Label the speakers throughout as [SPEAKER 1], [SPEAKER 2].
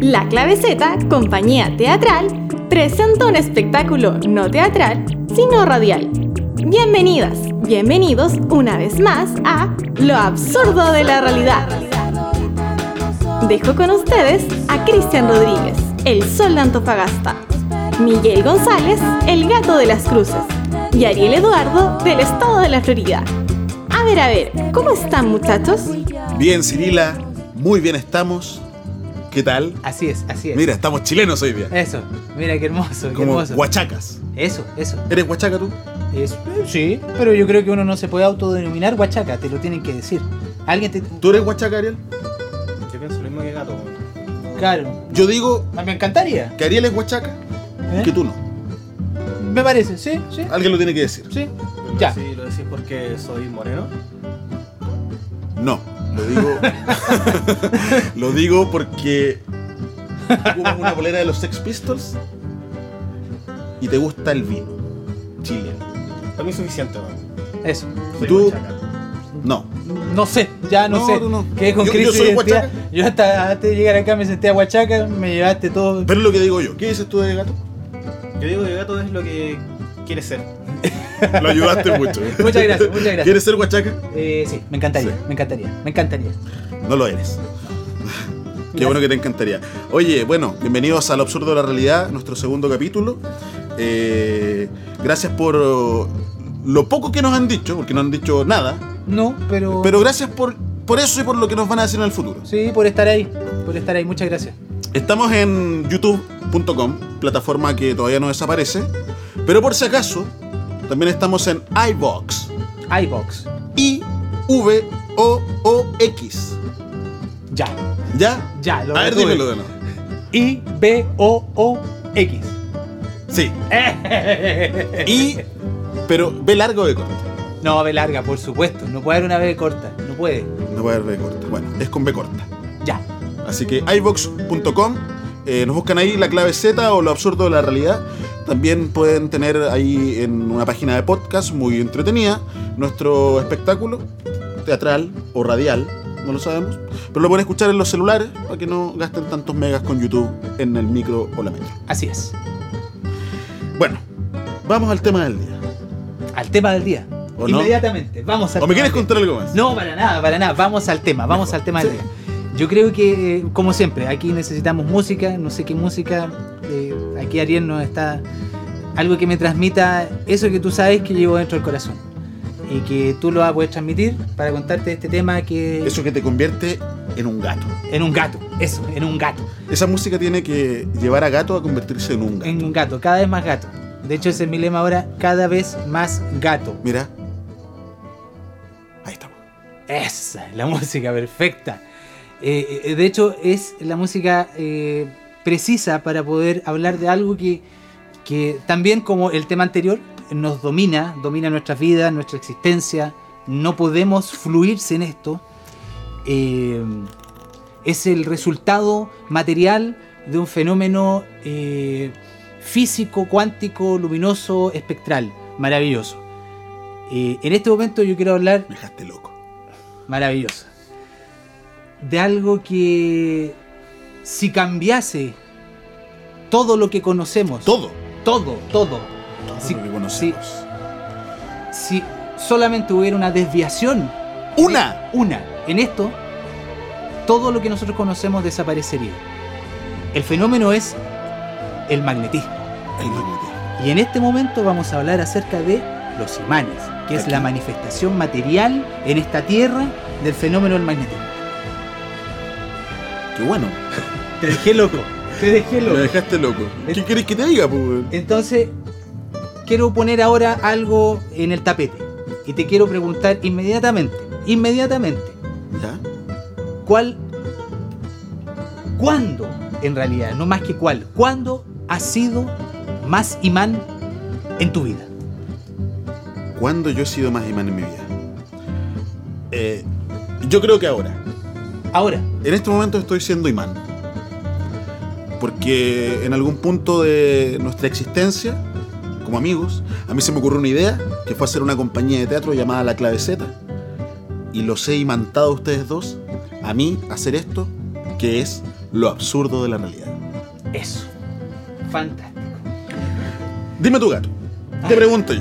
[SPEAKER 1] La Clave Z, compañía teatral, presenta un espectáculo no teatral, sino radial. Bienvenidas, bienvenidos una vez más a Lo Absurdo de la Realidad. Dejo con ustedes a Cristian Rodríguez, el Sol de Antofagasta, Miguel González, el Gato de las Cruces, y Ariel Eduardo, del Estado de la Florida. A ver, a ver, ¿cómo están muchachos?
[SPEAKER 2] Bien, Cirila, muy bien estamos. ¿Qué tal?
[SPEAKER 3] Así es, así es.
[SPEAKER 2] Mira, estamos chilenos hoy día.
[SPEAKER 3] Eso, mira qué hermoso, qué
[SPEAKER 2] Como
[SPEAKER 3] Eh, hermoso.
[SPEAKER 2] huachacas.
[SPEAKER 3] Eso, eso.
[SPEAKER 2] ¿Eres huachaca tú?
[SPEAKER 3] Es- sí, pero yo creo que uno no se puede autodenominar huachaca, te lo tienen que decir. Alguien te.
[SPEAKER 2] ¿Tú eres huachaca, Ariel?
[SPEAKER 4] Yo pienso lo mismo que gato. weón.
[SPEAKER 3] Claro.
[SPEAKER 2] Yo digo
[SPEAKER 3] Ah, Me encantaría.
[SPEAKER 2] que Ariel es huachaca
[SPEAKER 3] ¿eh?
[SPEAKER 2] y que tú no.
[SPEAKER 3] Me parece, sí, sí,
[SPEAKER 2] Alguien lo tiene que decir.
[SPEAKER 3] sí.
[SPEAKER 4] Pero
[SPEAKER 3] Ya.
[SPEAKER 4] Si lo decís porque soy moreno.
[SPEAKER 2] No, lo digo. lo digo porque ocupas una bolera de los Sex Pistols y te gusta el vino. Chileno.
[SPEAKER 4] Para mí es suficiente, weón.
[SPEAKER 3] Eso.
[SPEAKER 4] Soy
[SPEAKER 2] ¿Tú?
[SPEAKER 4] huachaca.
[SPEAKER 2] No.
[SPEAKER 3] No sé, ya no
[SPEAKER 2] No,
[SPEAKER 3] sé.
[SPEAKER 2] tú no.
[SPEAKER 3] Quedé con
[SPEAKER 2] Yo- yo
[SPEAKER 3] crisis de
[SPEAKER 2] soy
[SPEAKER 3] identidad.
[SPEAKER 2] huachaca.
[SPEAKER 3] Yo hasta antes de llegar acá me sentía huachaca, me llevaste todo.
[SPEAKER 2] Pero es lo que digo yo. ¿Qué dices tú de gato?
[SPEAKER 4] Yo digo que gato es lo que quiere ser.
[SPEAKER 2] Lo ayudaste mucho.
[SPEAKER 3] Muchas gracias, muchas gracias.
[SPEAKER 2] ¿Quieres ser huachaca?
[SPEAKER 3] Eh, sí, me encantaría,
[SPEAKER 2] Sí.
[SPEAKER 3] me encantaría, me encantaría.
[SPEAKER 2] No lo eres. Qué bueno que te encantaría. Oye, bueno, bienvenidos al Absurdo de la Realidad, nuestro segundo capítulo. Eh, gracias por oh, lo poco que nos han dicho, porque no han dicho nada,
[SPEAKER 3] No, pero.
[SPEAKER 2] pero gracias por, por eso y por lo que nos van a decir en el futuro.
[SPEAKER 3] Sí, por estar ahí, por estar ahí, muchas gracias.
[SPEAKER 2] Estamos en youtube.com, plataforma que todavía no desaparece, pero por si acaso, también estamos en iVox,
[SPEAKER 3] iBox.
[SPEAKER 2] I-V-O-O-X.
[SPEAKER 3] Ya,
[SPEAKER 2] ¿Ya?
[SPEAKER 3] ya, lo
[SPEAKER 2] a ver,
[SPEAKER 3] retuve.
[SPEAKER 2] dímelo de nuevo.
[SPEAKER 3] I-B-O-O-X.
[SPEAKER 2] Sí, Y. Pero ve largo o de corto.
[SPEAKER 3] No, B larga, por supuesto. No puede haber una B corta. No puede.
[SPEAKER 2] No puede haber B corta. Bueno, es con B corta.
[SPEAKER 3] Ya.
[SPEAKER 2] Así que iVox.com. eh, nos buscan ahí la clave Z o lo absurdo de la realidad. También pueden tener ahí en una página de podcast muy entretenida nuestro espectáculo teatral o radial, no lo sabemos. Pero lo pueden escuchar en los celulares para que no gasten tantos megas con YouTube en el micro o la metro.
[SPEAKER 3] Así es.
[SPEAKER 2] Bueno, vamos al tema del día.
[SPEAKER 3] Al tema del día.
[SPEAKER 2] ¿O no?
[SPEAKER 3] Inmediatamente. Vamos al
[SPEAKER 2] ¿O me
[SPEAKER 3] tema
[SPEAKER 2] quieres
[SPEAKER 3] del día.
[SPEAKER 2] contar algo más?
[SPEAKER 3] No, para nada, para nada. Vamos al tema, vamos
[SPEAKER 2] Mejor,
[SPEAKER 3] al tema
[SPEAKER 2] sí.
[SPEAKER 3] del día. Yo creo que, eh, como siempre, aquí necesitamos música, no sé qué música. eh, aquí Ariel nos está. Algo que me transmita eso que tú sabes que llevo dentro del corazón. Y que tú lo vas a poder transmitir para contarte este tema que.
[SPEAKER 2] Eso que te convierte en un gato.
[SPEAKER 3] En un gato, eso, en un gato.
[SPEAKER 2] Esa música tiene que llevar a gato a convertirse en un gato.
[SPEAKER 3] En un gato, cada vez más gato. De hecho, ese es mi lema ahora, cada vez más gato.
[SPEAKER 2] Mira. Ahí estamos.
[SPEAKER 3] Esa es la música perfecta. Eh, eh, de hecho, es la música eh, precisa para poder hablar de algo que, que también, como el tema anterior, nos domina, domina nuestras vidas, nuestra existencia. No podemos fluirse en esto. Eh, es el resultado material de un fenómeno eh, físico, cuántico, luminoso, espectral, maravilloso. Eh, en este momento yo quiero hablar
[SPEAKER 2] Me dejaste loco.
[SPEAKER 3] maravillosa. De algo que si cambiase todo lo que conocemos,
[SPEAKER 2] Todo.
[SPEAKER 3] todo, todo,
[SPEAKER 2] Todo
[SPEAKER 3] Sí,
[SPEAKER 2] lo que conocemos.
[SPEAKER 3] si solamente hubiera una desviación,
[SPEAKER 2] Una.
[SPEAKER 3] una, en esto, todo lo que nosotros conocemos desaparecería. El fenómeno es el magnetismo.
[SPEAKER 2] El magnetismo.
[SPEAKER 3] Y en este momento vamos a hablar acerca de los imanes, que es
[SPEAKER 2] Aquí.
[SPEAKER 3] la manifestación material en esta tierra del fenómeno del magnetismo.
[SPEAKER 2] Qué bueno.
[SPEAKER 3] Te dejé loco, te dejé
[SPEAKER 2] Me dejaste loco. ¿Qué
[SPEAKER 3] Es-
[SPEAKER 2] querés que te diga, pues?
[SPEAKER 3] Entonces, quiero poner ahora algo en el tapete. Y te quiero preguntar inmediatamente, inmediatamente,
[SPEAKER 2] ¿Ya?
[SPEAKER 3] ¿cuál, cuándo, en realidad, no más que cuál, cuándo has sido más imán en tu vida?
[SPEAKER 2] ¿Cuándo yo he sido más imán en mi vida? Eh, yo creo que ahora.
[SPEAKER 3] Ahora,
[SPEAKER 2] En este momento estoy siendo imán. Porque en algún punto de nuestra existencia, como amigos, a mí se me ocurrió una idea que fue hacer una compañía de teatro llamada La Claveceta. Y los he imantado a ustedes dos a mí hacer esto, que es lo absurdo de la realidad.
[SPEAKER 3] Eso. Fantástico.
[SPEAKER 2] Dime tu gato.
[SPEAKER 3] Ah.
[SPEAKER 2] Te pregunto yo.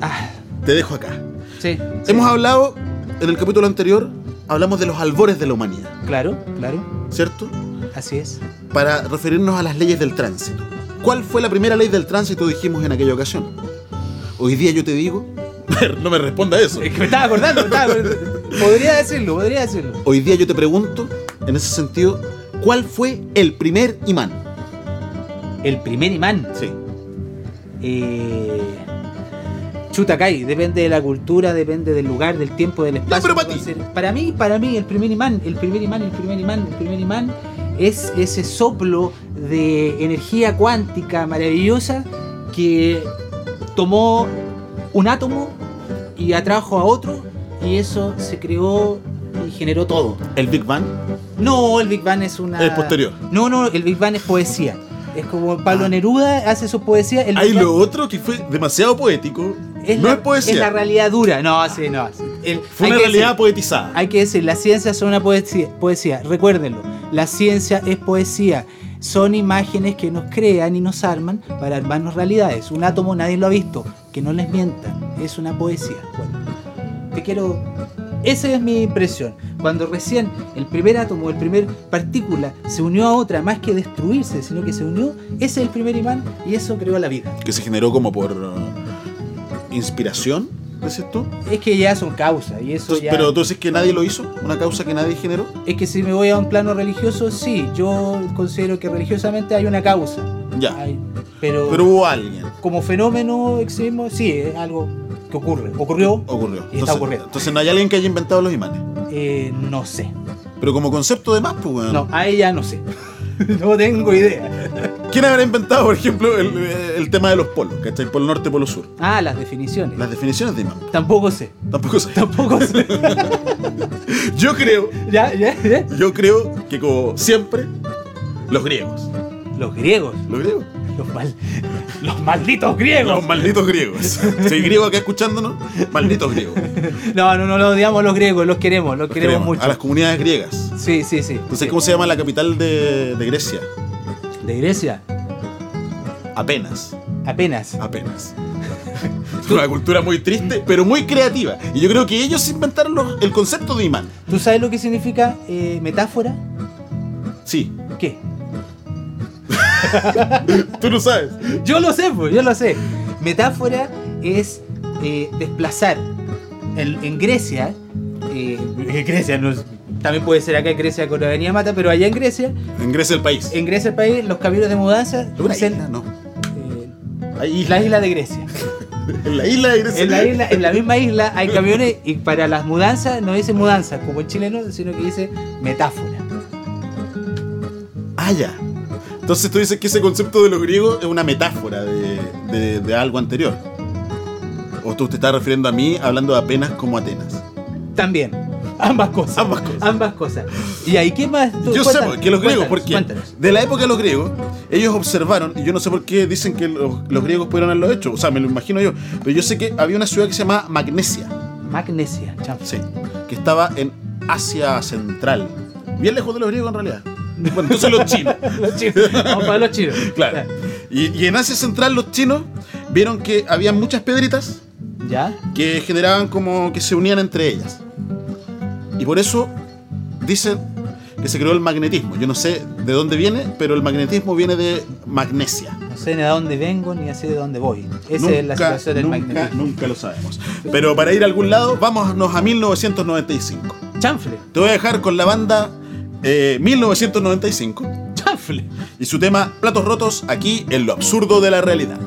[SPEAKER 3] Ah,
[SPEAKER 2] Te dejo acá.
[SPEAKER 3] sí.
[SPEAKER 2] Hemos hablado, en el capítulo anterior, hablamos de los albores de la humanidad,
[SPEAKER 3] Claro, claro.
[SPEAKER 2] ¿cierto?
[SPEAKER 3] Así es.
[SPEAKER 2] Para referirnos a las leyes del tránsito. ¿Cuál fue la primera ley del tránsito dijimos en aquella ocasión? Hoy día yo te digo... no me responda eso.
[SPEAKER 3] Es que me estaba acordando, me estaba acordando. Podría decirlo, podría decirlo.
[SPEAKER 2] Hoy día yo te pregunto, en ese sentido, ¿cuál fue el primer imán?
[SPEAKER 3] El primer imán.
[SPEAKER 2] Sí.
[SPEAKER 3] Eh, Chutacay, depende de la cultura, depende del lugar, del tiempo, del espacio.
[SPEAKER 2] pero para
[SPEAKER 3] que va
[SPEAKER 2] ti.
[SPEAKER 3] a ser. Para mí, para mí, el primer imán, el primer imán, el primer imán, el primer imán es ese soplo de energía cuántica maravillosa que tomó un átomo y atrajo a otro y eso se creó y generó todo.
[SPEAKER 2] ¿El Big Bang?
[SPEAKER 3] No, el Big Bang es una.
[SPEAKER 2] Es posterior.
[SPEAKER 3] No, no, el Big Bang es poesía. Es como Pablo Neruda hace su poesía. El Big
[SPEAKER 2] Hay
[SPEAKER 3] Bang
[SPEAKER 2] lo otro que fue demasiado poético.
[SPEAKER 3] es
[SPEAKER 2] no
[SPEAKER 3] la,
[SPEAKER 2] es poesía.
[SPEAKER 3] Es la realidad dura. No, sí, no. sí. El-
[SPEAKER 2] fue
[SPEAKER 3] hay
[SPEAKER 2] una
[SPEAKER 3] que
[SPEAKER 2] realidad
[SPEAKER 3] decir-
[SPEAKER 2] poetizada.
[SPEAKER 3] hay que decir, las ciencias son una poesía, poesía. Recuérdenlo. La ciencia es poesía. Son imágenes que nos crean y nos arman para armarnos realidades. Un átomo nadie lo ha visto. Que no les mientan. Es una poesía. Bueno, te quiero. Esa es mi impresión. Cuando recién el primer átomo, el primer partícula se unió a otra, más que destruirse, sino que se unió, ese es el primer imán y eso creó la vida.
[SPEAKER 2] Que se generó como por eh, inspiración, dices tú.
[SPEAKER 3] Es que ya son causas y eso
[SPEAKER 2] Entonces,
[SPEAKER 3] ya...
[SPEAKER 2] Pero entonces que nadie lo hizo, una causa que nadie generó.
[SPEAKER 3] Es que si me voy a un plano religioso, sí, yo considero que religiosamente hay una causa.
[SPEAKER 2] Ya.
[SPEAKER 3] Hay- pero,
[SPEAKER 2] Pero hubo alguien.
[SPEAKER 3] como fenómeno extremo, sí, es algo que ocurre. ¿Ocurrió?
[SPEAKER 2] Ocurrió.
[SPEAKER 3] Y está ocurriendo.
[SPEAKER 2] entonces no hay alguien que haya inventado los imanes.
[SPEAKER 3] Eh, no sé.
[SPEAKER 2] Pero como concepto de más, pues weón.
[SPEAKER 3] No, a ella no sé. no tengo idea.
[SPEAKER 2] ¿Quién habrá inventado, por ejemplo, el, eh, el tema de los polos? ¿Cachai? Polo norte, polo sur.
[SPEAKER 3] Ah, las definiciones.
[SPEAKER 2] Las definiciones de imán.
[SPEAKER 3] Tampoco sé.
[SPEAKER 2] Tampoco sé.
[SPEAKER 3] Tampoco sé.
[SPEAKER 2] Yo creo,
[SPEAKER 3] ¿Ya? ¿Ya? ¿Ya?
[SPEAKER 2] yo creo que como siempre, los griegos.
[SPEAKER 3] Los griegos.
[SPEAKER 2] ¿Los griegos?
[SPEAKER 3] Los, mal- los malditos griegos.
[SPEAKER 2] Los malditos griegos. Si hay griego acá escuchándonos, malditos griegos.
[SPEAKER 3] No, no, no los odiamos a los griegos. Los queremos. Los,
[SPEAKER 2] Los
[SPEAKER 3] queremos,
[SPEAKER 2] queremos.
[SPEAKER 3] mucho.
[SPEAKER 2] A las comunidades griegas.
[SPEAKER 3] Sí, sí, sí.
[SPEAKER 2] Entonces, ¿cómo se llama la capital de, de Grecia?
[SPEAKER 3] ¿De Grecia?
[SPEAKER 2] Apenas.
[SPEAKER 3] Apenas.
[SPEAKER 2] Apenas. Es una cultura muy triste, pero muy creativa. Y yo creo que ellos inventaron los- el concepto de imán.
[SPEAKER 3] ¿Tú sabes lo que significa eh, metáfora?
[SPEAKER 2] Sí.
[SPEAKER 3] ¿Qué?
[SPEAKER 2] Tú lo sabes.
[SPEAKER 3] Yo lo sé, pues, yo lo sé. Metáfora es eh, desplazar. En, en Grecia, eh, en Grecia no es- también puede ser acá en Grecia con la Avenida Mata, pero allá en Grecia,
[SPEAKER 2] En Grecia el país.
[SPEAKER 3] en Grecia el país, los camiones de mudanza
[SPEAKER 2] ¿Es una
[SPEAKER 3] hacen,
[SPEAKER 2] isla? No.
[SPEAKER 3] eh,
[SPEAKER 2] Hay isla.
[SPEAKER 3] la isla de Grecia.
[SPEAKER 2] En la isla de Grecia.
[SPEAKER 3] En la, isla, en la misma isla hay camiones y para las mudanzas no dice mudanza como en chileno, sino que dice metáfora.
[SPEAKER 2] Ah, ya. Entonces tú dices que ese concepto de los griegos es una metáfora de, de- de algo anterior. O tú te estás refiriendo a mí hablando de Atenas como Atenas.
[SPEAKER 3] También. Ambas cosas.
[SPEAKER 2] Ambas cosas.
[SPEAKER 3] Ambas cosas. ¿Y ahí qué más? Tú,
[SPEAKER 2] Yo sé
[SPEAKER 3] cuéntanos,
[SPEAKER 2] que los griegos,
[SPEAKER 3] cuéntanos,
[SPEAKER 2] porque
[SPEAKER 3] cuéntanos.
[SPEAKER 2] de la época de los griegos, ellos observaron, y yo no sé por qué dicen que los, los griegos pudieron haberlo hecho, o sea, me lo imagino yo, pero yo sé que había una ciudad que se llamaba Magnesia,
[SPEAKER 3] Magnesia, champ.
[SPEAKER 2] sí, que estaba en Asia Central, bien lejos de los griegos en realidad. Bueno, entonces los chinos.
[SPEAKER 3] Los chinos. Vamos para los chinos.
[SPEAKER 2] Claro. Y, y en Asia Central los chinos vieron que había muchas piedritas
[SPEAKER 3] ¿Ya?
[SPEAKER 2] que generaban como que se unían entre ellas. Y por eso dicen que se creó el magnetismo. Yo no sé de dónde viene, pero el magnetismo viene de magnesia.
[SPEAKER 3] No sé ni a dónde vengo ni así de dónde voy. Esa es la
[SPEAKER 2] Nunca,
[SPEAKER 3] situación del
[SPEAKER 2] nunca,
[SPEAKER 3] magnetismo.
[SPEAKER 2] nunca lo sabemos. Pero para ir a algún lado, vámonos a 1995.
[SPEAKER 3] Chanfle,
[SPEAKER 2] Te voy a dejar con la banda eh, 1995
[SPEAKER 3] chanfle.
[SPEAKER 2] y su tema Platos Rotos aquí en lo absurdo de la realidad.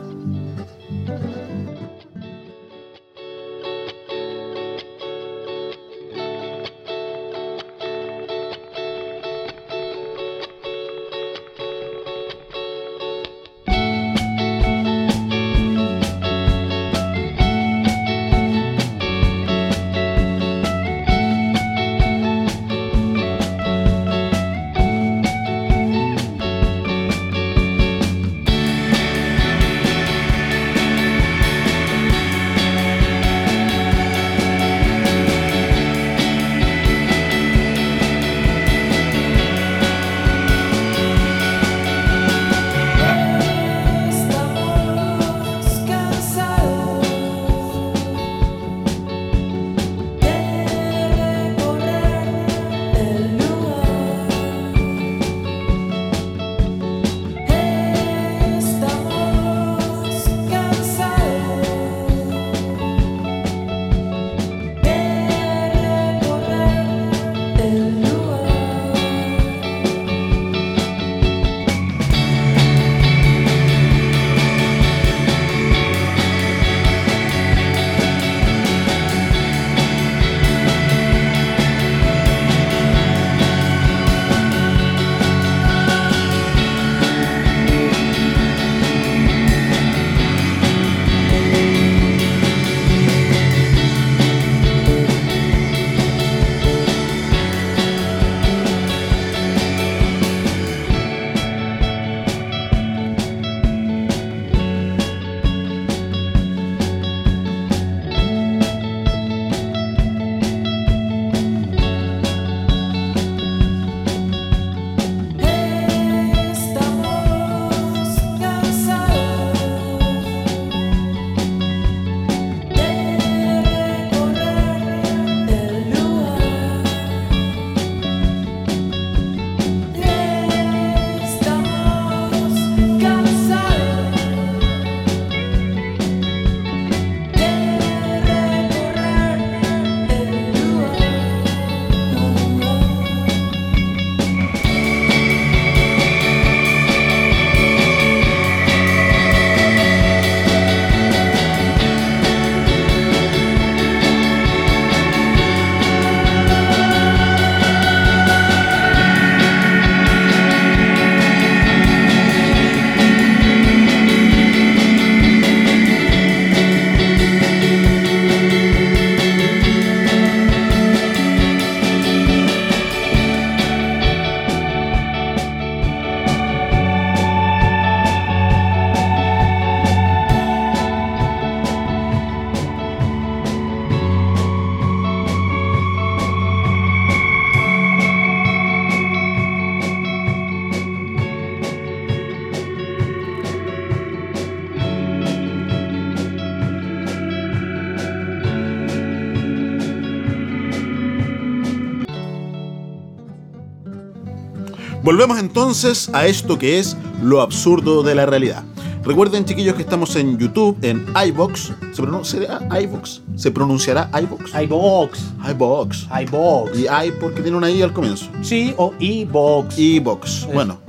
[SPEAKER 2] Volvemos entonces a esto que es lo absurdo de la realidad. Recuerden, chiquillos, que estamos en YouTube, en iBox. ¿Se pronunciará iBox? ¿Se pronunciará iBox?
[SPEAKER 4] iBox.
[SPEAKER 2] iBox.
[SPEAKER 4] iBox.
[SPEAKER 2] Y i porque tiene una i al comienzo.
[SPEAKER 4] Sí, o iBox.
[SPEAKER 2] iBox. Bueno,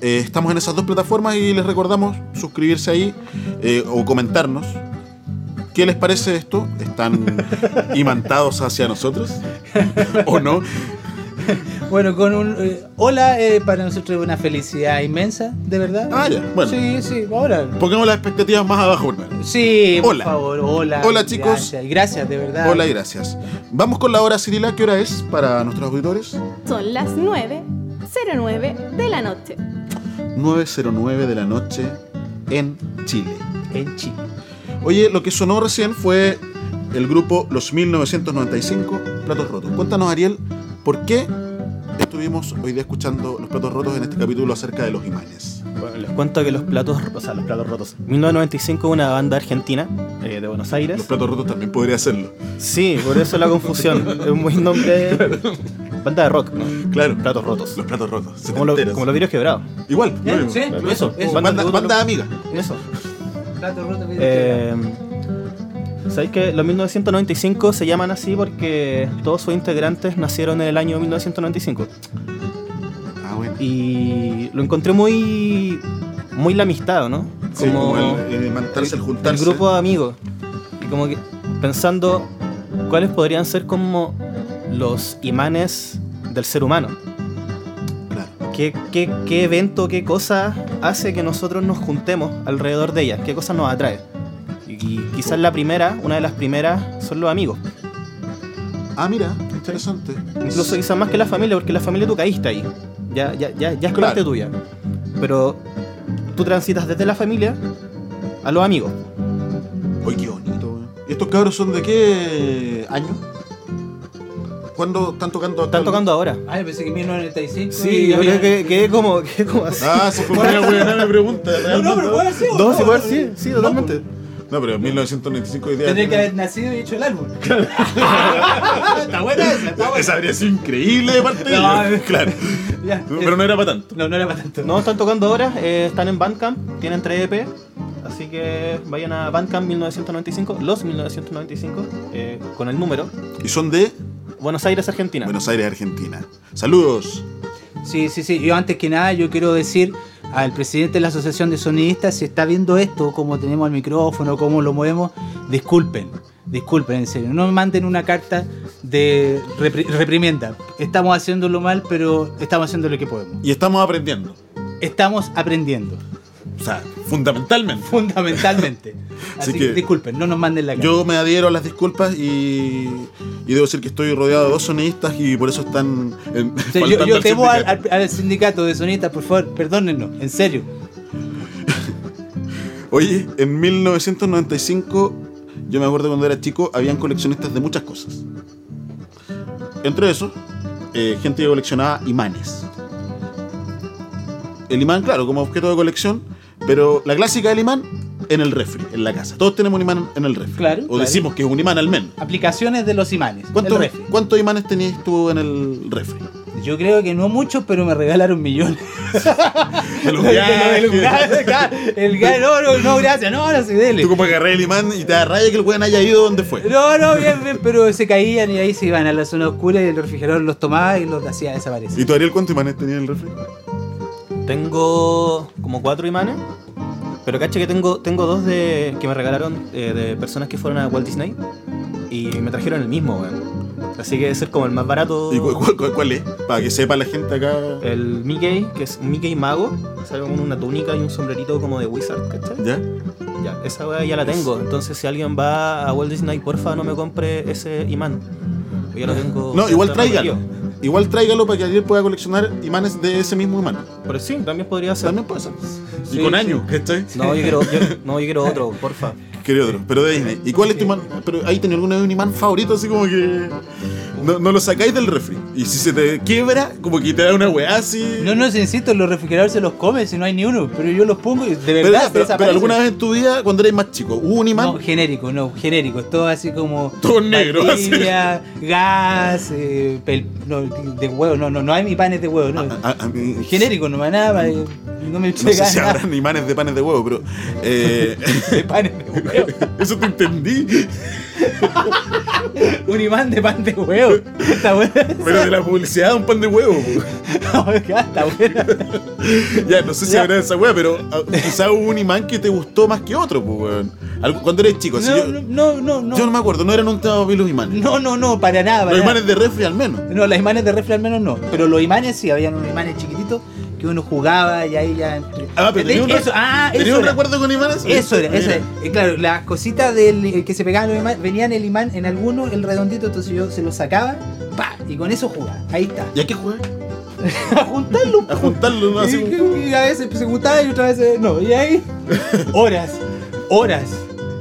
[SPEAKER 2] eh, estamos en esas dos plataformas y les recordamos suscribirse ahí eh, o comentarnos. ¿Qué les parece esto? ¿Están imantados hacia nosotros? ¿O no?
[SPEAKER 3] Bueno, con un eh, hola eh, para nosotros es una felicidad inmensa, de verdad.
[SPEAKER 2] Ah, ya, bueno.
[SPEAKER 3] Sí, sí, ahora.
[SPEAKER 2] Pongamos las expectativas más abajo, hermano.
[SPEAKER 3] Sí,
[SPEAKER 2] Hola.
[SPEAKER 3] por favor, hola.
[SPEAKER 2] Hola, chicos.
[SPEAKER 3] Gracias, gracias, de verdad.
[SPEAKER 2] Hola y gracias. Vamos con la hora, Cirila. ¿Qué hora es para nuestros auditores?
[SPEAKER 1] Son las 9.09 de la noche.
[SPEAKER 2] 9.09 de la noche en Chile.
[SPEAKER 3] En Chile.
[SPEAKER 2] Oye, lo que sonó recién fue el grupo Los 1995 Platos Rotos. Cuéntanos, Ariel, ¿por qué estuvimos hoy día escuchando los platos rotos en este capítulo acerca de los imanes?
[SPEAKER 4] Bueno, les cuento que los platos, o sea, los platos rotos. 1995 una banda argentina eh, de Buenos Aires.
[SPEAKER 2] Los platos rotos también podría hacerlo.
[SPEAKER 4] Sí, por eso la confusión. es un buen nombre. Banda de rock, ¿no?
[SPEAKER 2] Claro.
[SPEAKER 4] Platos rotos.
[SPEAKER 2] Los platos rotos.
[SPEAKER 4] Como, lo-
[SPEAKER 2] setenteros.
[SPEAKER 4] como los vidrios quebrados.
[SPEAKER 2] Igual. lo
[SPEAKER 3] Eh,
[SPEAKER 2] mismo.
[SPEAKER 3] sí, eso, eso.
[SPEAKER 2] Banda, banda amiga.
[SPEAKER 4] Eso.
[SPEAKER 3] Plato roto, mira,
[SPEAKER 4] Eh, ¿Sabéis que los 1995 se llaman así porque todos sus integrantes nacieron en el año 1995?
[SPEAKER 2] Ah, bueno.
[SPEAKER 4] Y lo encontré muy. muy la amistad, ¿no?
[SPEAKER 2] Sí, como el, el mantarse, el
[SPEAKER 4] el
[SPEAKER 2] juntarse.
[SPEAKER 4] grupo de amigos. Y como que pensando cuáles podrían ser como los imanes del ser humano.
[SPEAKER 2] Claro.
[SPEAKER 4] ¿Qué, qué, qué evento, qué cosa hace que nosotros nos juntemos alrededor de ellas? ¿Qué cosa nos atrae? Y, y quizás la primera, una de las primeras, son los amigos.
[SPEAKER 2] Ah, mira, interesante.
[SPEAKER 4] Incluso quizás más que la familia, porque la familia tú caíste ahí. Ya, ya, ya, ya es
[SPEAKER 2] Claro.
[SPEAKER 4] parte tuya. Pero tú transitas desde la familia a los amigos.
[SPEAKER 2] Oye, qué bonito, eh. weón. ¿Y estos cabros son de qué año? ¿Cuándo están tocando?
[SPEAKER 4] Están tocando ahora.
[SPEAKER 3] Ah, yo pensé que 1995.
[SPEAKER 4] Sí,
[SPEAKER 3] y ya
[SPEAKER 4] yo creo
[SPEAKER 3] había-
[SPEAKER 4] que quedé como, quedé como así.
[SPEAKER 2] Ah, se fue una buena me pregunta.
[SPEAKER 3] No, no, pero puede ser.
[SPEAKER 4] Dos igual, sí, sí, totalmente.
[SPEAKER 2] No, pero en 1995 hoy día.
[SPEAKER 3] Tendría que haber nacido y hecho el árbol. está buena esa, está buena.
[SPEAKER 2] Esa habría sido increíble de parte de
[SPEAKER 3] No,
[SPEAKER 2] ellos.
[SPEAKER 3] eh.
[SPEAKER 2] Claro.
[SPEAKER 3] Ya,
[SPEAKER 2] Pero
[SPEAKER 3] eh,
[SPEAKER 2] no era para tanto.
[SPEAKER 3] no, no era para tanto.
[SPEAKER 4] No, están tocando ahora, eh, están en Bandcamp, tienen 3 EP, así que vayan a Bandcamp 1995, los 1995, eh, con el número,
[SPEAKER 2] Y son de
[SPEAKER 4] Buenos Aires, Argentina.
[SPEAKER 2] Buenos Aires, Argentina. Saludos.
[SPEAKER 3] Sí, sí, sí. Yo antes que nada yo quiero decir al presidente de la Asociación de Sonidistas, si está viendo esto, cómo tenemos el micrófono, cómo lo movemos, disculpen, disculpen, en serio. No me manden una carta de repri- reprimienda. Estamos haciéndolo mal, pero estamos haciendo lo que podemos.
[SPEAKER 2] Y estamos aprendiendo.
[SPEAKER 3] Estamos aprendiendo,
[SPEAKER 2] O sea, fundamentalmente.
[SPEAKER 3] fundamentalmente.
[SPEAKER 2] Así
[SPEAKER 3] Así,
[SPEAKER 2] que-
[SPEAKER 3] que, disculpen, no nos manden la carta.
[SPEAKER 2] Yo me adhiero a las disculpas y, y debo decir que estoy rodeado de dos sonidistas y por eso están. en-
[SPEAKER 3] O sea, yo-
[SPEAKER 2] faltando
[SPEAKER 3] yo
[SPEAKER 2] al
[SPEAKER 3] temo al,
[SPEAKER 2] sindicato.
[SPEAKER 3] al- al sindicato de sonistas, por favor, perdónennos, en serio.
[SPEAKER 2] Oye, en 1995, yo me acuerdo cuando era chico, habían coleccionistas de muchas cosas. Entre eso, eh, gente que coleccionaba imanes. El imán, claro, como objeto de colección, pero la clásica del imán en el refri, en la casa. Todos tenemos un imán en el refri.
[SPEAKER 3] Claro,
[SPEAKER 2] O
[SPEAKER 3] claro.
[SPEAKER 2] decimos que es un imán al menos.
[SPEAKER 3] Aplicaciones de los imanes.
[SPEAKER 2] ¿Cuántos,
[SPEAKER 3] el refri.
[SPEAKER 2] cuántos imanes tenías tú en el refri?
[SPEAKER 3] Yo creo que no muchos, pero me regalaron millones.
[SPEAKER 2] De los
[SPEAKER 3] De- de- de-
[SPEAKER 2] viajes.
[SPEAKER 3] de- de- de- El gas, no, no, no, gracias, no, ahora sí, dele.
[SPEAKER 2] Tú como agarré el imán y te da raya que el weón haya ido donde fue.
[SPEAKER 3] No, no, bien, bien, pero se caían y ahí se iban a la zona oscura y el refrigerador los tomaba y los hacía
[SPEAKER 2] ¿Y
[SPEAKER 3] desaparecer.
[SPEAKER 2] tú, Ariel, cuántos imanes tenías en el refri?
[SPEAKER 4] Tengo como cuatro imanes, pero caché que tengo, tengo dos de, que me regalaron eh, de personas que fueron a Walt Disney y me trajeron el mismo, weón. Así que debe ser como el más barato.
[SPEAKER 2] ¿Y cu- cu- cu- cuál es? Para que sepa la gente acá.
[SPEAKER 4] El Mickey, que es un Mickey mago, sale con una túnica y un sombrerito como de Wizard, ¿cachai?
[SPEAKER 2] ¿Ya?
[SPEAKER 4] Ya, esa weá ya la tengo. Entonces, si alguien va a Walt Disney, porfa, no me compre ese imán. Yo ya lo tengo.
[SPEAKER 2] No, igual
[SPEAKER 4] repetido.
[SPEAKER 2] tráigalo. Igual tráigalo para que alguien pueda coleccionar imanes de ese mismo imán.
[SPEAKER 4] Pero sí, también podría ser.
[SPEAKER 2] También puede ser.
[SPEAKER 4] Sí,
[SPEAKER 2] y con
[SPEAKER 4] sí.
[SPEAKER 2] años, ¿cachai?
[SPEAKER 4] No, yo quiero, yo- no, yo quiero otro, porfa.
[SPEAKER 2] Quería otro, pero de Disney. ¿Y cuál es tu imán? Pero ahí tenía alguna de un imán favorito, así como que. No, no lo sacáis del refri. Y si se te quiebra, como que te da una weá así.
[SPEAKER 3] No, no, insisto, los refrigeradores se los comen si no hay ni uno, pero yo los pongo y de
[SPEAKER 2] Pero,
[SPEAKER 3] verdad se
[SPEAKER 2] pero- pero
[SPEAKER 3] desaparecen.
[SPEAKER 2] alguna vez en tu vida, cuando eres más chico, hubo un imán.
[SPEAKER 3] No, genérico, no, genérico, todo así como
[SPEAKER 2] Todo negro, así.
[SPEAKER 3] bacteria, gas, eh, pel- no, de huevo, no, no, no hay mi panes de huevo, no.
[SPEAKER 2] A- a mí-
[SPEAKER 3] Genérico, no nada, eh, no me
[SPEAKER 2] No sé
[SPEAKER 3] pega
[SPEAKER 2] si
[SPEAKER 3] nada
[SPEAKER 2] habrán imanes de panes de huevo, pero. eh,
[SPEAKER 3] de panes de huevo.
[SPEAKER 2] eso te entendí.
[SPEAKER 3] Un imán de pan de huevo. Está buena.
[SPEAKER 2] Pero de la publicidad, un pan de huevo. po.
[SPEAKER 3] Oiga, Está buena.
[SPEAKER 2] Ya, no sé si
[SPEAKER 3] Ya.
[SPEAKER 2] habrá esa weá, pero ah, quizá hubo un imán que te gustó más que otro, pues, weón. Algo- Cuando eres chico, si
[SPEAKER 3] No,
[SPEAKER 2] yo,
[SPEAKER 3] no, no, no.
[SPEAKER 2] yo no me acuerdo, no eran un tema de los imanes.
[SPEAKER 3] No, no, no, para nada. para
[SPEAKER 2] los
[SPEAKER 3] nada.
[SPEAKER 2] imanes de refri al menos.
[SPEAKER 3] No, las imanes de refri al menos no. Pero los imanes sí, habían unos imanes chiquititos que uno jugaba y ahí ya.
[SPEAKER 2] Ah, pero tenía un,
[SPEAKER 3] eso,
[SPEAKER 2] re-
[SPEAKER 3] ah,
[SPEAKER 2] ¿tenía
[SPEAKER 3] eso
[SPEAKER 2] un
[SPEAKER 3] era.
[SPEAKER 2] recuerdo con imanes.
[SPEAKER 3] Eso era, eso
[SPEAKER 2] Mira.
[SPEAKER 3] era. Eh, Claro, las cositas del, eh, que se pegaban los imanes, venían el imán en alguno, el redondito, entonces yo se lo sacaba, pa, y con eso jugaba. Ahí está.
[SPEAKER 2] ¿Y a qué jugar?
[SPEAKER 3] A juntarlo. pues.
[SPEAKER 2] A juntarlo, ¿no? Así, un-
[SPEAKER 3] Y, y a veces se juntaba y otras veces no. Y ahí, horas, horas.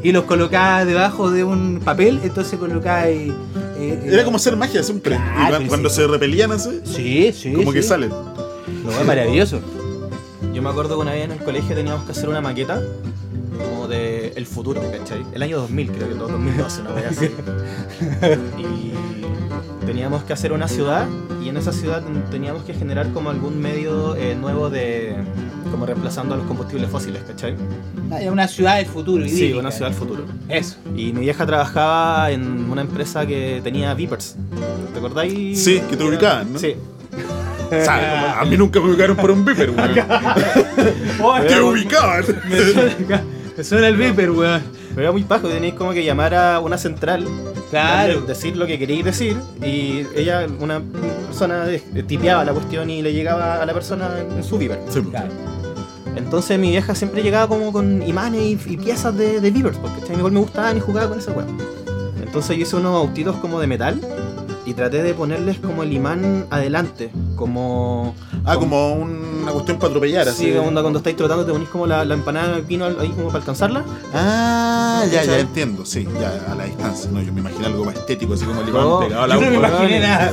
[SPEAKER 3] Y los colocaba debajo de un papel, entonces colocaba ahí. eh, eh,
[SPEAKER 2] Era como hacer magia siempre.
[SPEAKER 3] Claro,
[SPEAKER 2] Y cuan-
[SPEAKER 3] sí.
[SPEAKER 2] cuando se repelían así,
[SPEAKER 3] Sí, sí.
[SPEAKER 2] como que
[SPEAKER 3] sí.
[SPEAKER 2] salen.
[SPEAKER 3] No, es maravilloso.
[SPEAKER 4] Yo me acuerdo que una vez en el colegio teníamos que hacer una maqueta como de el futuro, ¿cachai? El año 2000, creo que todo 2012, una vez así. Y teníamos que hacer una ciudad y en esa ciudad teníamos que generar como algún medio eh, nuevo de como reemplazando a los combustibles fósiles, ¿cachai?
[SPEAKER 3] Es una ciudad del futuro.
[SPEAKER 4] Sí,
[SPEAKER 3] idílica.
[SPEAKER 4] una ciudad del futuro.
[SPEAKER 3] Eso.
[SPEAKER 4] Y mi vieja trabajaba en una empresa que tenía Vipers. ¿Te acordáis?
[SPEAKER 2] Sí, que te ubicaban, ¿no?
[SPEAKER 4] Sí.
[SPEAKER 2] ¿Sabes? A mí nunca me ubicaron por un viper, weón. Te ubicaban.
[SPEAKER 3] Oh, Me suena el viper, weón.
[SPEAKER 4] Pero era muy bajo, tenéis como que llamar a una central
[SPEAKER 3] Claro.
[SPEAKER 4] darle- decir lo que queréis decir y ella, una persona, eh, tipeaba la cuestión y le llegaba a la persona en en su viver.
[SPEAKER 2] Sí,
[SPEAKER 3] Claro.
[SPEAKER 4] Entonces mi vieja siempre llegaba como con imanes y, y piezas de, de beavers, porque ¿cachai? igual me gustaban y jugaba con esa weá. Entonces yo hice unos autitos como de metal y traté de ponerles como el imán adelante, como...
[SPEAKER 2] Ah, como una cuestión para atropellar, así.
[SPEAKER 4] Sí, onda, cuando estáis tratando te unís como la, la empanada de pino al- ahí como para alcanzarla.
[SPEAKER 2] Ah, ya, ya
[SPEAKER 4] ¿Cachai?
[SPEAKER 2] entiendo, sí, ya a la distancia. No, yo me imagino algo más estético, así como el imán
[SPEAKER 4] No,
[SPEAKER 2] pegado a la
[SPEAKER 3] Yo no me
[SPEAKER 2] uva.
[SPEAKER 3] imaginé nada.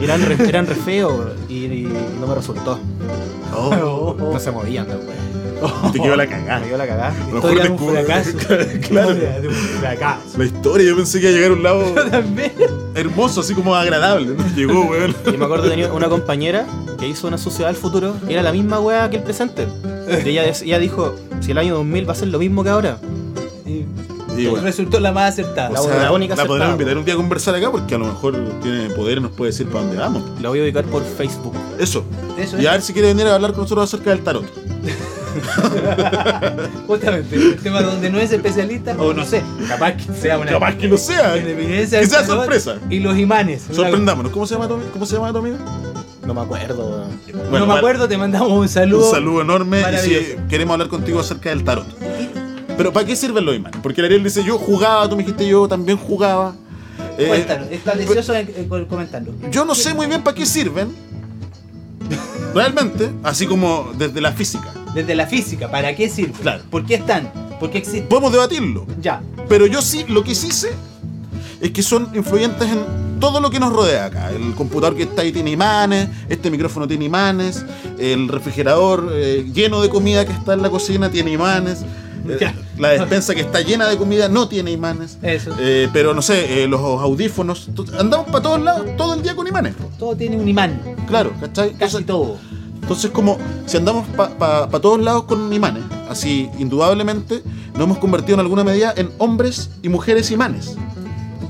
[SPEAKER 4] Y eran re, eran re feos y, y no me resultó.
[SPEAKER 2] Oh,
[SPEAKER 4] No se movían, la weá.
[SPEAKER 2] te quedó la
[SPEAKER 4] Me
[SPEAKER 2] cagada.
[SPEAKER 4] dio la cagada.
[SPEAKER 2] A lo mejor
[SPEAKER 3] Historia de un
[SPEAKER 2] descubro-
[SPEAKER 3] fracaso.
[SPEAKER 2] Claro.
[SPEAKER 3] Historia de un fracaso.
[SPEAKER 2] La historia, yo pensé que iba a llegar a un lado
[SPEAKER 3] También.
[SPEAKER 2] hermoso, así como agradable. ¿no? Llegó, weón.
[SPEAKER 4] Y me acuerdo tenía una compañera que hizo una sociedad del futuro y era la misma weá que el presente. Y ella, dec- ella dijo, si el año 2000 va a ser lo mismo que ahora.
[SPEAKER 3] Y
[SPEAKER 2] Y bueno.
[SPEAKER 3] Resultó la más acertada.
[SPEAKER 2] O
[SPEAKER 4] la-
[SPEAKER 2] sea,
[SPEAKER 4] la
[SPEAKER 2] la,
[SPEAKER 4] única aceptada,
[SPEAKER 2] podremos
[SPEAKER 4] weón.
[SPEAKER 2] invitar un día a conversar acá porque a lo mejor tiene poder y nos puede decir para dónde vamos.
[SPEAKER 4] La voy a ubicar por Facebook.
[SPEAKER 2] Eso.
[SPEAKER 3] Eso
[SPEAKER 2] Y
[SPEAKER 3] es.
[SPEAKER 2] a ver si quiere venir a hablar con nosotros acerca del tarot.
[SPEAKER 3] Justamente, el tema donde no es especialista, o no sé, capaz que sea una,
[SPEAKER 2] Capaz que lo sea.
[SPEAKER 3] una evidencia.
[SPEAKER 2] que sea
[SPEAKER 3] del color
[SPEAKER 2] sorpresa.
[SPEAKER 3] Y los imanes. una-
[SPEAKER 2] Sorprendámonos. ¿Cómo se llama tu, ami- cómo se llama tu amigo?
[SPEAKER 4] No me acuerdo. weón.
[SPEAKER 2] Bueno,
[SPEAKER 3] no me
[SPEAKER 2] vale.
[SPEAKER 3] acuerdo, te mandamos un saludo.
[SPEAKER 2] Un saludo enorme y si
[SPEAKER 3] Maravilloso.
[SPEAKER 2] queremos hablar contigo acerca del tarot. Pero ¿para qué sirven los imanes? Porque el Ariel dice, yo jugaba, tú me dijiste, yo también jugaba. Eh,
[SPEAKER 3] Cuéntanos, está deseoso en, en comentarlo.
[SPEAKER 2] yo no sé muy bien para qué sirven. Realmente, así como desde la física.
[SPEAKER 3] Desde la física, ¿para qué sirve?
[SPEAKER 2] Claro.
[SPEAKER 3] ¿Por qué están? ¿Por qué existen?
[SPEAKER 2] Podemos debatirlo.
[SPEAKER 3] Ya.
[SPEAKER 2] Pero yo sí, lo que sí sé es que son influyentes en todo lo que nos rodea acá. El computador que está ahí tiene imanes, este micrófono tiene imanes, el refrigerador eh, lleno de comida que está en la cocina tiene imanes, eh,
[SPEAKER 3] Ya.
[SPEAKER 2] la despensa que está llena de comida no tiene imanes.
[SPEAKER 3] Eso.
[SPEAKER 2] Eh, pero no sé, eh, los audífonos, to- andamos para todos lados todo el día con imanes.
[SPEAKER 3] Todo tiene un imán.
[SPEAKER 2] Claro, ¿cachai?
[SPEAKER 3] Casi
[SPEAKER 2] Entonces,
[SPEAKER 3] todo.
[SPEAKER 2] entonces, como si andamos para todos lados con imanes, así indudablemente nos hemos convertido en alguna medida en hombres y mujeres imanes.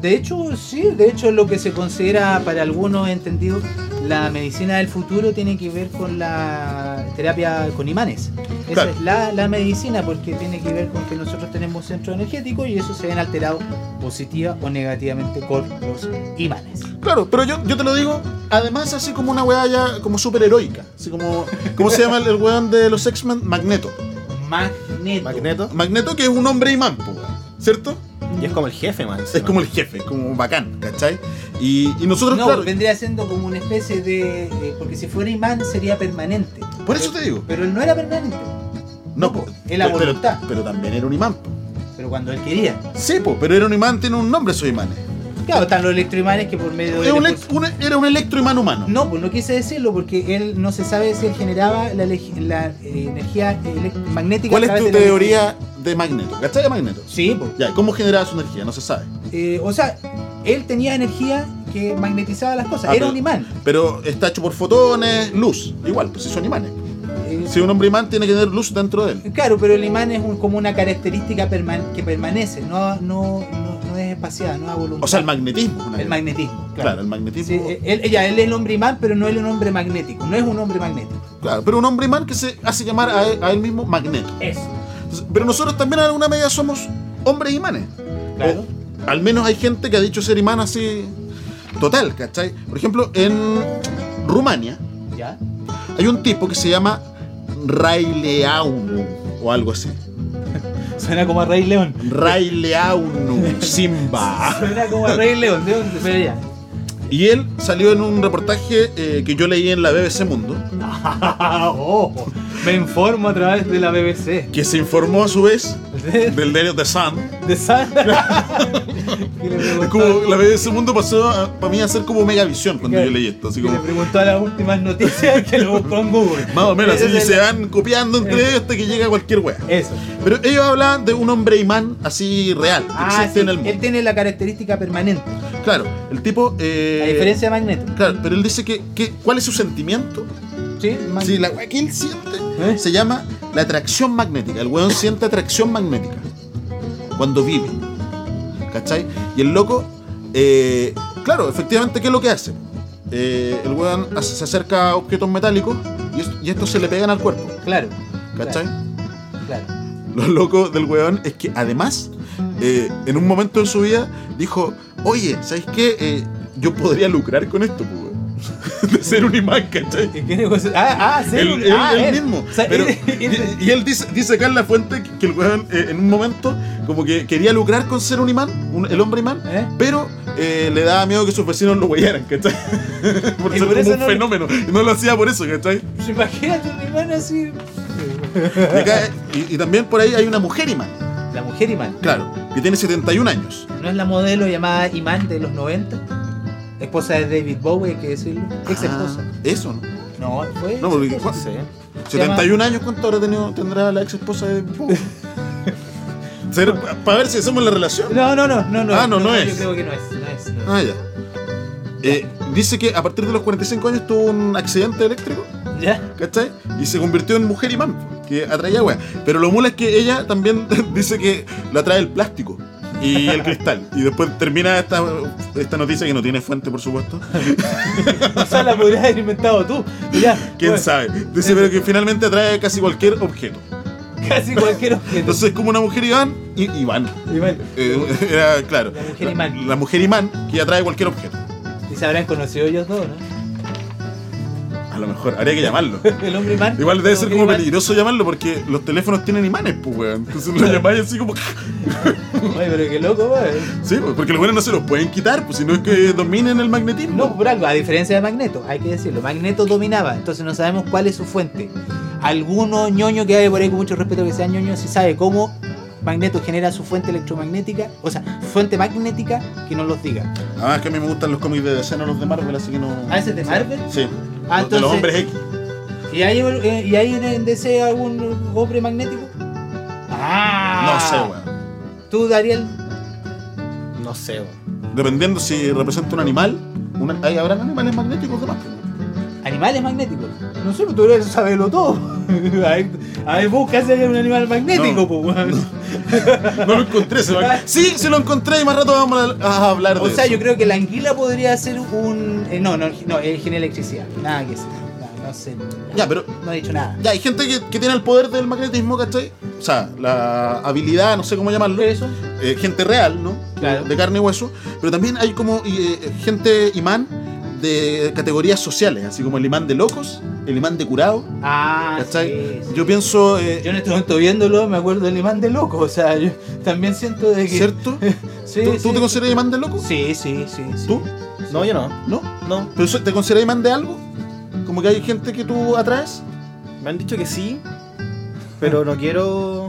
[SPEAKER 3] De hecho, sí, de hecho lo que se considera para algunos entendidos la medicina del futuro tiene que ver con la terapia con imanes. Esa
[SPEAKER 2] Claro.
[SPEAKER 3] es la, la medicina porque tiene que ver con que nosotros tenemos centro energético y eso se ven alterados positiva o negativamente con los imanes.
[SPEAKER 2] Claro, pero yo, yo te lo digo, además así como una weá ya como súper heroica. Así como, ¿cómo se llama el, el weón de los X-Men? Magneto.
[SPEAKER 3] Magneto.
[SPEAKER 4] Magneto.
[SPEAKER 2] Magneto que es un hombre imán, po, weón, ¿cierto?
[SPEAKER 4] Y es como el jefe, man.
[SPEAKER 2] Es como el jefe, como bacán, ¿cachai? Y, y nosotros,
[SPEAKER 3] No,
[SPEAKER 2] claro,
[SPEAKER 3] vendría siendo como una especie de... eh, porque si fuera imán sería permanente.
[SPEAKER 2] Por eso
[SPEAKER 3] Pero-
[SPEAKER 2] te digo.
[SPEAKER 3] Pero él no era permanente.
[SPEAKER 2] no, po,
[SPEAKER 3] es la
[SPEAKER 2] pero- pero-
[SPEAKER 3] voluntad.
[SPEAKER 2] Pero, también era un imán, po.
[SPEAKER 3] Pero cuando él quería.
[SPEAKER 2] Sí, po, pero era un imán, tiene un nombre esos imanes.
[SPEAKER 3] Claro, están los electroimanes que por medio
[SPEAKER 2] Era
[SPEAKER 3] de.
[SPEAKER 2] un, elec- un- era un electroimán humano.
[SPEAKER 3] No, pues no quise decirlo porque él no se sabe si él generaba la, leg- la, eh, energía elec- magnética.
[SPEAKER 2] ¿Cuál
[SPEAKER 3] a
[SPEAKER 2] es
[SPEAKER 3] través
[SPEAKER 2] tu
[SPEAKER 3] de la
[SPEAKER 2] teoría de Magneto? ¿Cachai de Magneto?
[SPEAKER 3] Sí, pues.
[SPEAKER 2] Ya, ¿cómo generaba su energía? No se sabe.
[SPEAKER 3] Eh, o sea, él tenía energía que magnetizaba las cosas.
[SPEAKER 2] Ah,
[SPEAKER 3] Era
[SPEAKER 2] pero-
[SPEAKER 3] un imán.
[SPEAKER 2] Pero está hecho por fotones, luz. Igual, pues si son imanes.
[SPEAKER 3] Eh,
[SPEAKER 2] Si un hombre imán tiene que tener luz dentro de él.
[SPEAKER 3] Claro, pero el imán es un- como una característica perman- que permanece, no, no, no, no es espacial, no es voluntaria.
[SPEAKER 2] O sea, el magnetismo. es una-
[SPEAKER 3] El magnetismo,
[SPEAKER 2] Claro,
[SPEAKER 3] claro.
[SPEAKER 2] el magnetismo.
[SPEAKER 3] Sí, eh, él, ella- él es el hombre imán, pero no es un hombre magnético, no es un hombre magnético.
[SPEAKER 2] Claro, pero un hombre imán que se hace llamar a él, a él mismo Magneto.
[SPEAKER 3] Eso,
[SPEAKER 2] Entonces, pero nosotros también en alguna medida somos hombres imanes.
[SPEAKER 3] claro.
[SPEAKER 2] O, al menos hay gente que ha dicho ser imán así total, ¿cachai? Por ejemplo, en Rumania
[SPEAKER 3] ¿Ya?
[SPEAKER 2] hay un tipo que se llama Raileaunu o algo así.
[SPEAKER 3] Suena como a Rey León.
[SPEAKER 2] Raileaunu Simba.
[SPEAKER 3] Suena como a Rey León, ¿de dónde? Pero ya.
[SPEAKER 2] Y él salió en un reportaje eh, que yo leí en la BBC Mundo,
[SPEAKER 3] Ojo, Oh, me informo a través de la BBC.
[SPEAKER 2] que se informó a su vez
[SPEAKER 3] De,
[SPEAKER 2] del diario The Sun.
[SPEAKER 3] de Sandra. Y le
[SPEAKER 2] Es
[SPEAKER 3] preguntó-
[SPEAKER 2] como la BBC Mundo pasó para mí a ser como Megavisión cuando yo leí esto. Así
[SPEAKER 3] y le
[SPEAKER 2] como,
[SPEAKER 3] preguntó a las últimas noticias que lo buscó en Google.
[SPEAKER 2] Más o menos, así
[SPEAKER 3] Ese es
[SPEAKER 2] se
[SPEAKER 3] el-
[SPEAKER 2] van copiando entre ellos hasta que llega cualquier wea.
[SPEAKER 3] Eso.
[SPEAKER 2] Pero ellos hablan de un hombre imán así real, que
[SPEAKER 3] Ah,
[SPEAKER 2] existe
[SPEAKER 3] sí,
[SPEAKER 2] en el mundo.
[SPEAKER 3] él tiene la característica permanente.
[SPEAKER 2] Claro, el tipo. eh,
[SPEAKER 3] a diferencia de Magneto.
[SPEAKER 2] Claro, pero él dice que, que- ¿cuál es su sentimiento?
[SPEAKER 3] Sí, Magneto.
[SPEAKER 2] Sí, la wea que él siente
[SPEAKER 3] ¿Eh?
[SPEAKER 2] se llama la atracción magnética. El weón siente atracción magnética cuando vive. ¿Cachai? Y el loco, eh, claro, efectivamente, ¿qué es lo que hace? Eh, el weón hace- se acerca a objetos metálicos y, es- y estos se le pegan al cuerpo.
[SPEAKER 3] Claro.
[SPEAKER 2] ¿Cachai?
[SPEAKER 3] Claro. claro.
[SPEAKER 2] Lo loco del weón es que además, eh, en un momento de su vida, dijo, oye, ¿sabes qué? Eh, yo podría lucrar con esto, pues, weón". De ser un imán, ¿cachai?
[SPEAKER 3] ¿Y qué negocio? Ah, ah, sí.
[SPEAKER 2] Él, él-
[SPEAKER 3] ah,
[SPEAKER 2] él
[SPEAKER 3] él.
[SPEAKER 2] mismo.
[SPEAKER 3] O sea,
[SPEAKER 2] Pero-
[SPEAKER 3] él- él-
[SPEAKER 2] y, y él dice, dice acá en la fuente que el weón eh, en un momento como que quería lucrar con ser un imán, un- el hombre imán,
[SPEAKER 3] ¿Eh?
[SPEAKER 2] pero eh, le daba miedo que sus vecinos lo huellaran, ¿cachai? por
[SPEAKER 3] Y
[SPEAKER 2] ser como
[SPEAKER 3] por eso
[SPEAKER 2] un
[SPEAKER 3] no-
[SPEAKER 2] fenómeno. Y no lo hacía por eso, ¿cachai?
[SPEAKER 3] Pues Imagínate un imán así.
[SPEAKER 2] Y, acá- y- y también por ahí hay una mujer imán,
[SPEAKER 3] La mujer imán.
[SPEAKER 2] claro, que tiene 71 años.
[SPEAKER 3] ¿No es la modelo llamada imán de los 90? Esposa de David Bowie, hay que decirlo. Ex esposa.
[SPEAKER 2] Ah, eso, ¿no?
[SPEAKER 3] No, fue.
[SPEAKER 2] No, porque
[SPEAKER 4] No sé.
[SPEAKER 2] 71 años, ¿cuánto habrá tenido, tendrá la ex esposa de Bowie? Ser- Para ver si hacemos la relación.
[SPEAKER 3] No, no, no, no, no.
[SPEAKER 2] Ah, no, no es.
[SPEAKER 3] Yo creo que no es. No es. no es.
[SPEAKER 2] Ah, ya. Eh, dice que a partir de los 45 años tuvo un accidente eléctrico,
[SPEAKER 3] ¿Ya?
[SPEAKER 2] ¿cachai? Y se convirtió en mujer imán, que atraía agua. Pero lo mula es que ella también dice que la atrae el plástico y el cristal. Y después termina esta, esta noticia que no tiene fuente, por supuesto.
[SPEAKER 3] O sea, la podrías haber inventado tú. Ya.
[SPEAKER 2] ¿Quién
[SPEAKER 3] bueno, Eh.
[SPEAKER 2] sabe? Dice, pero que finalmente atrae casi cualquier objeto.
[SPEAKER 3] Casi cualquier objeto.
[SPEAKER 2] Entonces es como una mujer imán, y, imán.
[SPEAKER 3] Imán.
[SPEAKER 2] Eh, era claro.
[SPEAKER 3] La mujer imán.
[SPEAKER 2] La mujer imán que atrae cualquier objeto.
[SPEAKER 3] Y se habrán conocido ellos dos, ¿no?
[SPEAKER 2] A lo mejor, habría que llamarlo.
[SPEAKER 3] El hombre imán.
[SPEAKER 2] Igual debe
[SPEAKER 3] la
[SPEAKER 2] ser
[SPEAKER 3] mujer
[SPEAKER 2] como
[SPEAKER 3] imán.
[SPEAKER 2] peligroso llamarlo porque los teléfonos tienen imanes, pues, weón. Entonces lo llamáis así como.
[SPEAKER 3] Oye, pero qué loco, eh. weón.
[SPEAKER 2] Sí, pues, porque los buenos no se los pueden quitar, pues, si no es que dominen el magnetismo.
[SPEAKER 3] No, por algo, a diferencia de Magneto, hay que decirlo. Magneto dominaba, entonces no sabemos cuál es su fuente. Alguno ñoño que hay por ahí, con mucho respeto que sea ñoño, se sabe cómo Magneto genera su fuente electromagnética, o sea, fuente magnética, que no los diga.
[SPEAKER 2] Ah, es que a mí me gustan los cómics de DC, no los de Marvel, así que no.
[SPEAKER 3] ¿Ah, ese es de Marvel?
[SPEAKER 2] Sí.
[SPEAKER 3] Ah,
[SPEAKER 2] Los de
[SPEAKER 3] entonces-
[SPEAKER 2] los hombres X.
[SPEAKER 3] ¿Y hay, eh, ¿y hay en- en DC algún hombre magnético? Ah,
[SPEAKER 2] No sé, weón.
[SPEAKER 3] ¿Tú, Dariel?
[SPEAKER 4] No sé. weón.
[SPEAKER 2] Dependiendo si representa un animal, un- ahí habrán animales magnéticos de más.
[SPEAKER 3] ¿Animales magnéticos? No sé, tú debes saberlo todo. a, ver, a ver, busca si hay un animal magnético,
[SPEAKER 2] No,
[SPEAKER 3] po, weón.
[SPEAKER 2] No lo encontré, se va. Sí, se lo encontré y más rato vamos a, a hablar de
[SPEAKER 3] O sea,
[SPEAKER 2] eso.
[SPEAKER 3] yo creo que la anguila podría ser un. eh, no, no, no, eh, genera electricidad. Nada que sea. No, no sé.
[SPEAKER 2] Ya, pero
[SPEAKER 3] No he dicho nada.
[SPEAKER 2] Ya, hay gente que, que tiene el poder del magnetismo, ¿cachai? O sea, la habilidad, no sé cómo llamarlo.
[SPEAKER 3] Eso.
[SPEAKER 2] Eh, gente real, ¿no?
[SPEAKER 3] Claro.
[SPEAKER 2] De carne y hueso. Pero también hay como eh, gente imán de categorías sociales, así como el imán de locos, el imán de curado,
[SPEAKER 3] Ah,
[SPEAKER 2] ¿cachai?
[SPEAKER 3] sí, sí.
[SPEAKER 2] Yo pienso, eh,
[SPEAKER 3] Yo en este momento viéndolo me acuerdo del imán de loco. O sea, yo también siento de que.
[SPEAKER 2] ¿cierto?
[SPEAKER 3] Sí,
[SPEAKER 2] ¿Tú,
[SPEAKER 3] sí.
[SPEAKER 2] tú te consideras imán de loco?
[SPEAKER 3] Sí, sí, sí. sí.
[SPEAKER 2] ¿Tú?
[SPEAKER 4] No, yo no.
[SPEAKER 2] ¿No?
[SPEAKER 4] No.
[SPEAKER 2] ¿Pero so- te consideras imán de algo? ¿Como que hay gente que tú atraes?
[SPEAKER 4] Me han dicho que sí, pero no quiero.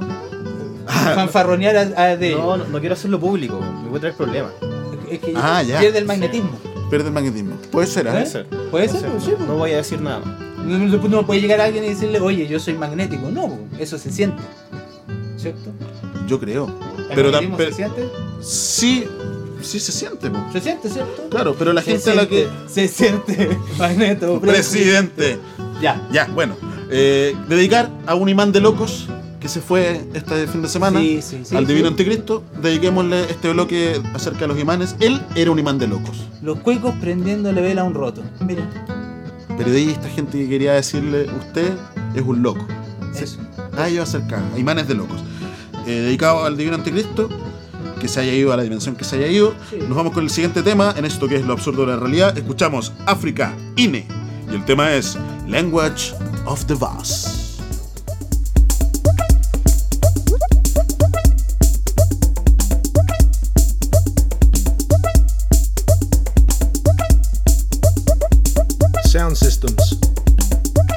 [SPEAKER 2] Ah.
[SPEAKER 3] Fanfarronear a, a de.
[SPEAKER 4] No, no, no quiero hacerlo público. weón. Me voy a traer problemas.
[SPEAKER 3] Eh, es que
[SPEAKER 2] Ah, ya.
[SPEAKER 3] pierde el magnetismo.
[SPEAKER 2] Pierde el magnetismo. Puede ser, ¿ah?
[SPEAKER 3] ¿Eh? Puede ser,
[SPEAKER 4] No, sé.
[SPEAKER 3] sí, pues.
[SPEAKER 4] No voy a decir nada más.
[SPEAKER 3] No, no- no puede llegar alguien y decirle, oye, yo soy magnético. No, pues, eso se siente. ¿Cierto?
[SPEAKER 2] Yo creo.
[SPEAKER 3] ¿El
[SPEAKER 2] Pero, tam-
[SPEAKER 3] magnetismo
[SPEAKER 2] pero-
[SPEAKER 3] se siente?
[SPEAKER 2] sí, sí se siente, po.
[SPEAKER 3] Se siente, ¿cierto?
[SPEAKER 2] Claro, pero la
[SPEAKER 3] se
[SPEAKER 2] gente a la que.
[SPEAKER 3] siente, Oh, se siente magneto.
[SPEAKER 2] Presidente.
[SPEAKER 3] Ya.
[SPEAKER 2] Ya, bueno. Eh, dedicar a un imán de locos que se fue este fin de semana.
[SPEAKER 3] Sí, sí, sí.
[SPEAKER 2] al divino anticristo, dediquémosle este bloque acerca de los imanes. Él era un imán de locos.
[SPEAKER 3] Los cuecos prendiéndole vela a un roto. Mira,
[SPEAKER 2] Periodista, gente que quería decirle, usted es un loco. Sí.
[SPEAKER 3] eso.
[SPEAKER 2] A ellos acerca, a imanes de locos. Eh, dedicado al divino anticristo, que se haya ido a la dimensión que se haya ido.
[SPEAKER 3] Sí.
[SPEAKER 2] Nos vamos con el siguiente tema, en esto que es lo absurdo de la realidad. Escuchamos África, INE. Y el tema es Language of the Vast.
[SPEAKER 5] sound systems.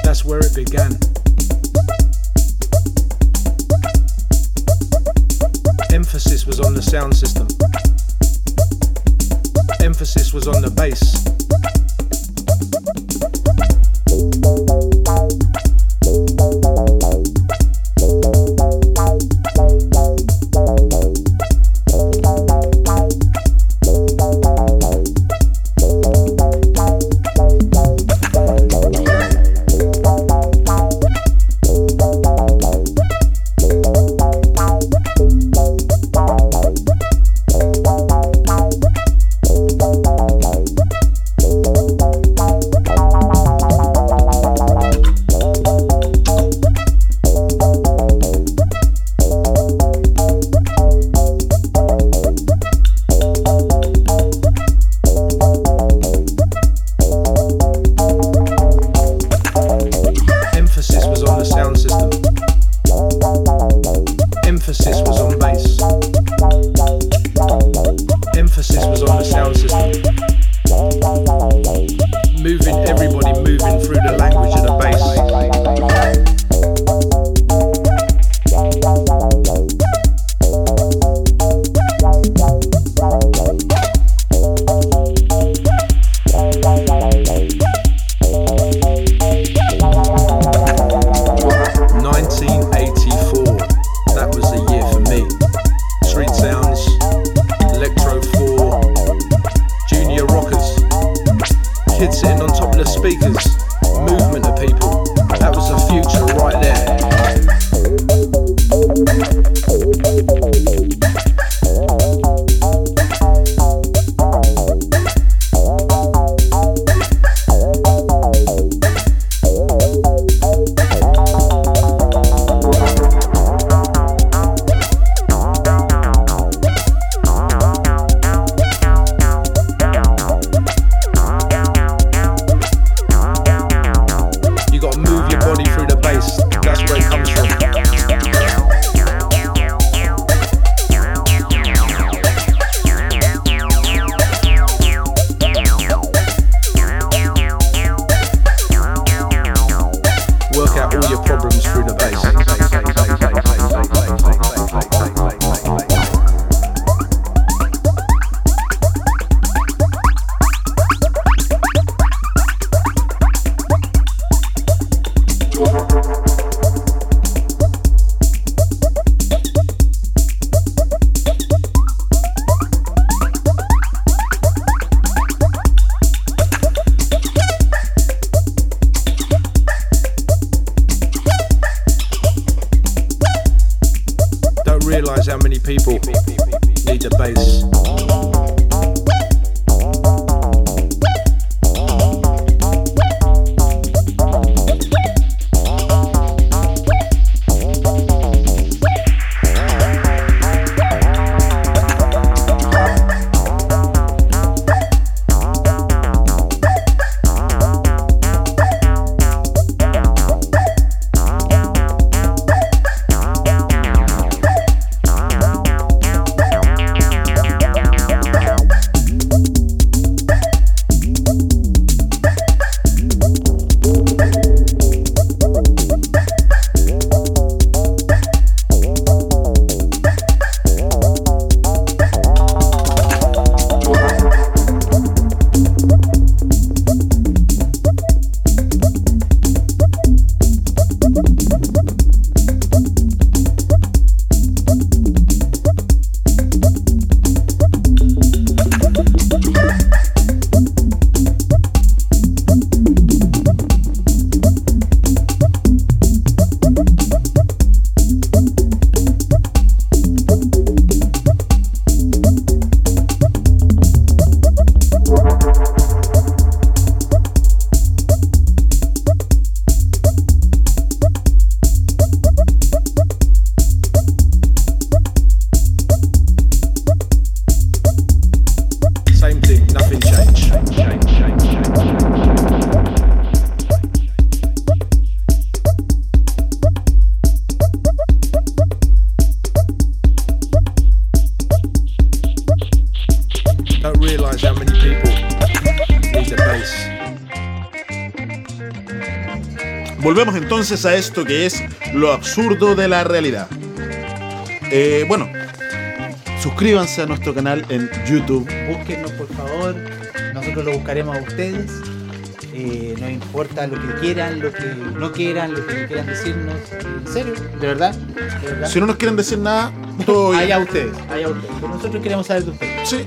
[SPEAKER 5] That's where it began. Emphasis was on the sound system. Emphasis was on the bass. Emphasis was on the sound system. Emphasis was on bass. Emphasis was on the sound system. Moving everybody moving through the language of the bass. Nineteen eighty four. That was the year for me. Street sounds, electro four, junior rockers. Kids sitting on top of the speakers. Movement of people. That was the future right there. You gotta move your body through the bass. That's where it comes from. Work out all your problems through the bass. Don't realise how many people need the bass.
[SPEAKER 2] Volvemos entonces a esto que es lo absurdo de la realidad. Eh, bueno, suscríbanse a nuestro canal en YouTube.
[SPEAKER 3] Búsquennos, por favor. Nosotros lo buscaremos a ustedes. Eh, no importa lo que quieran, lo que no quieran, lo que quieran decirnos. En serio, de verdad. ¿De verdad?
[SPEAKER 2] Si no nos quieren decir nada, todo bien.
[SPEAKER 3] Allá ustedes, allá ustedes. Pero nosotros queremos saber de ustedes.
[SPEAKER 2] Sí,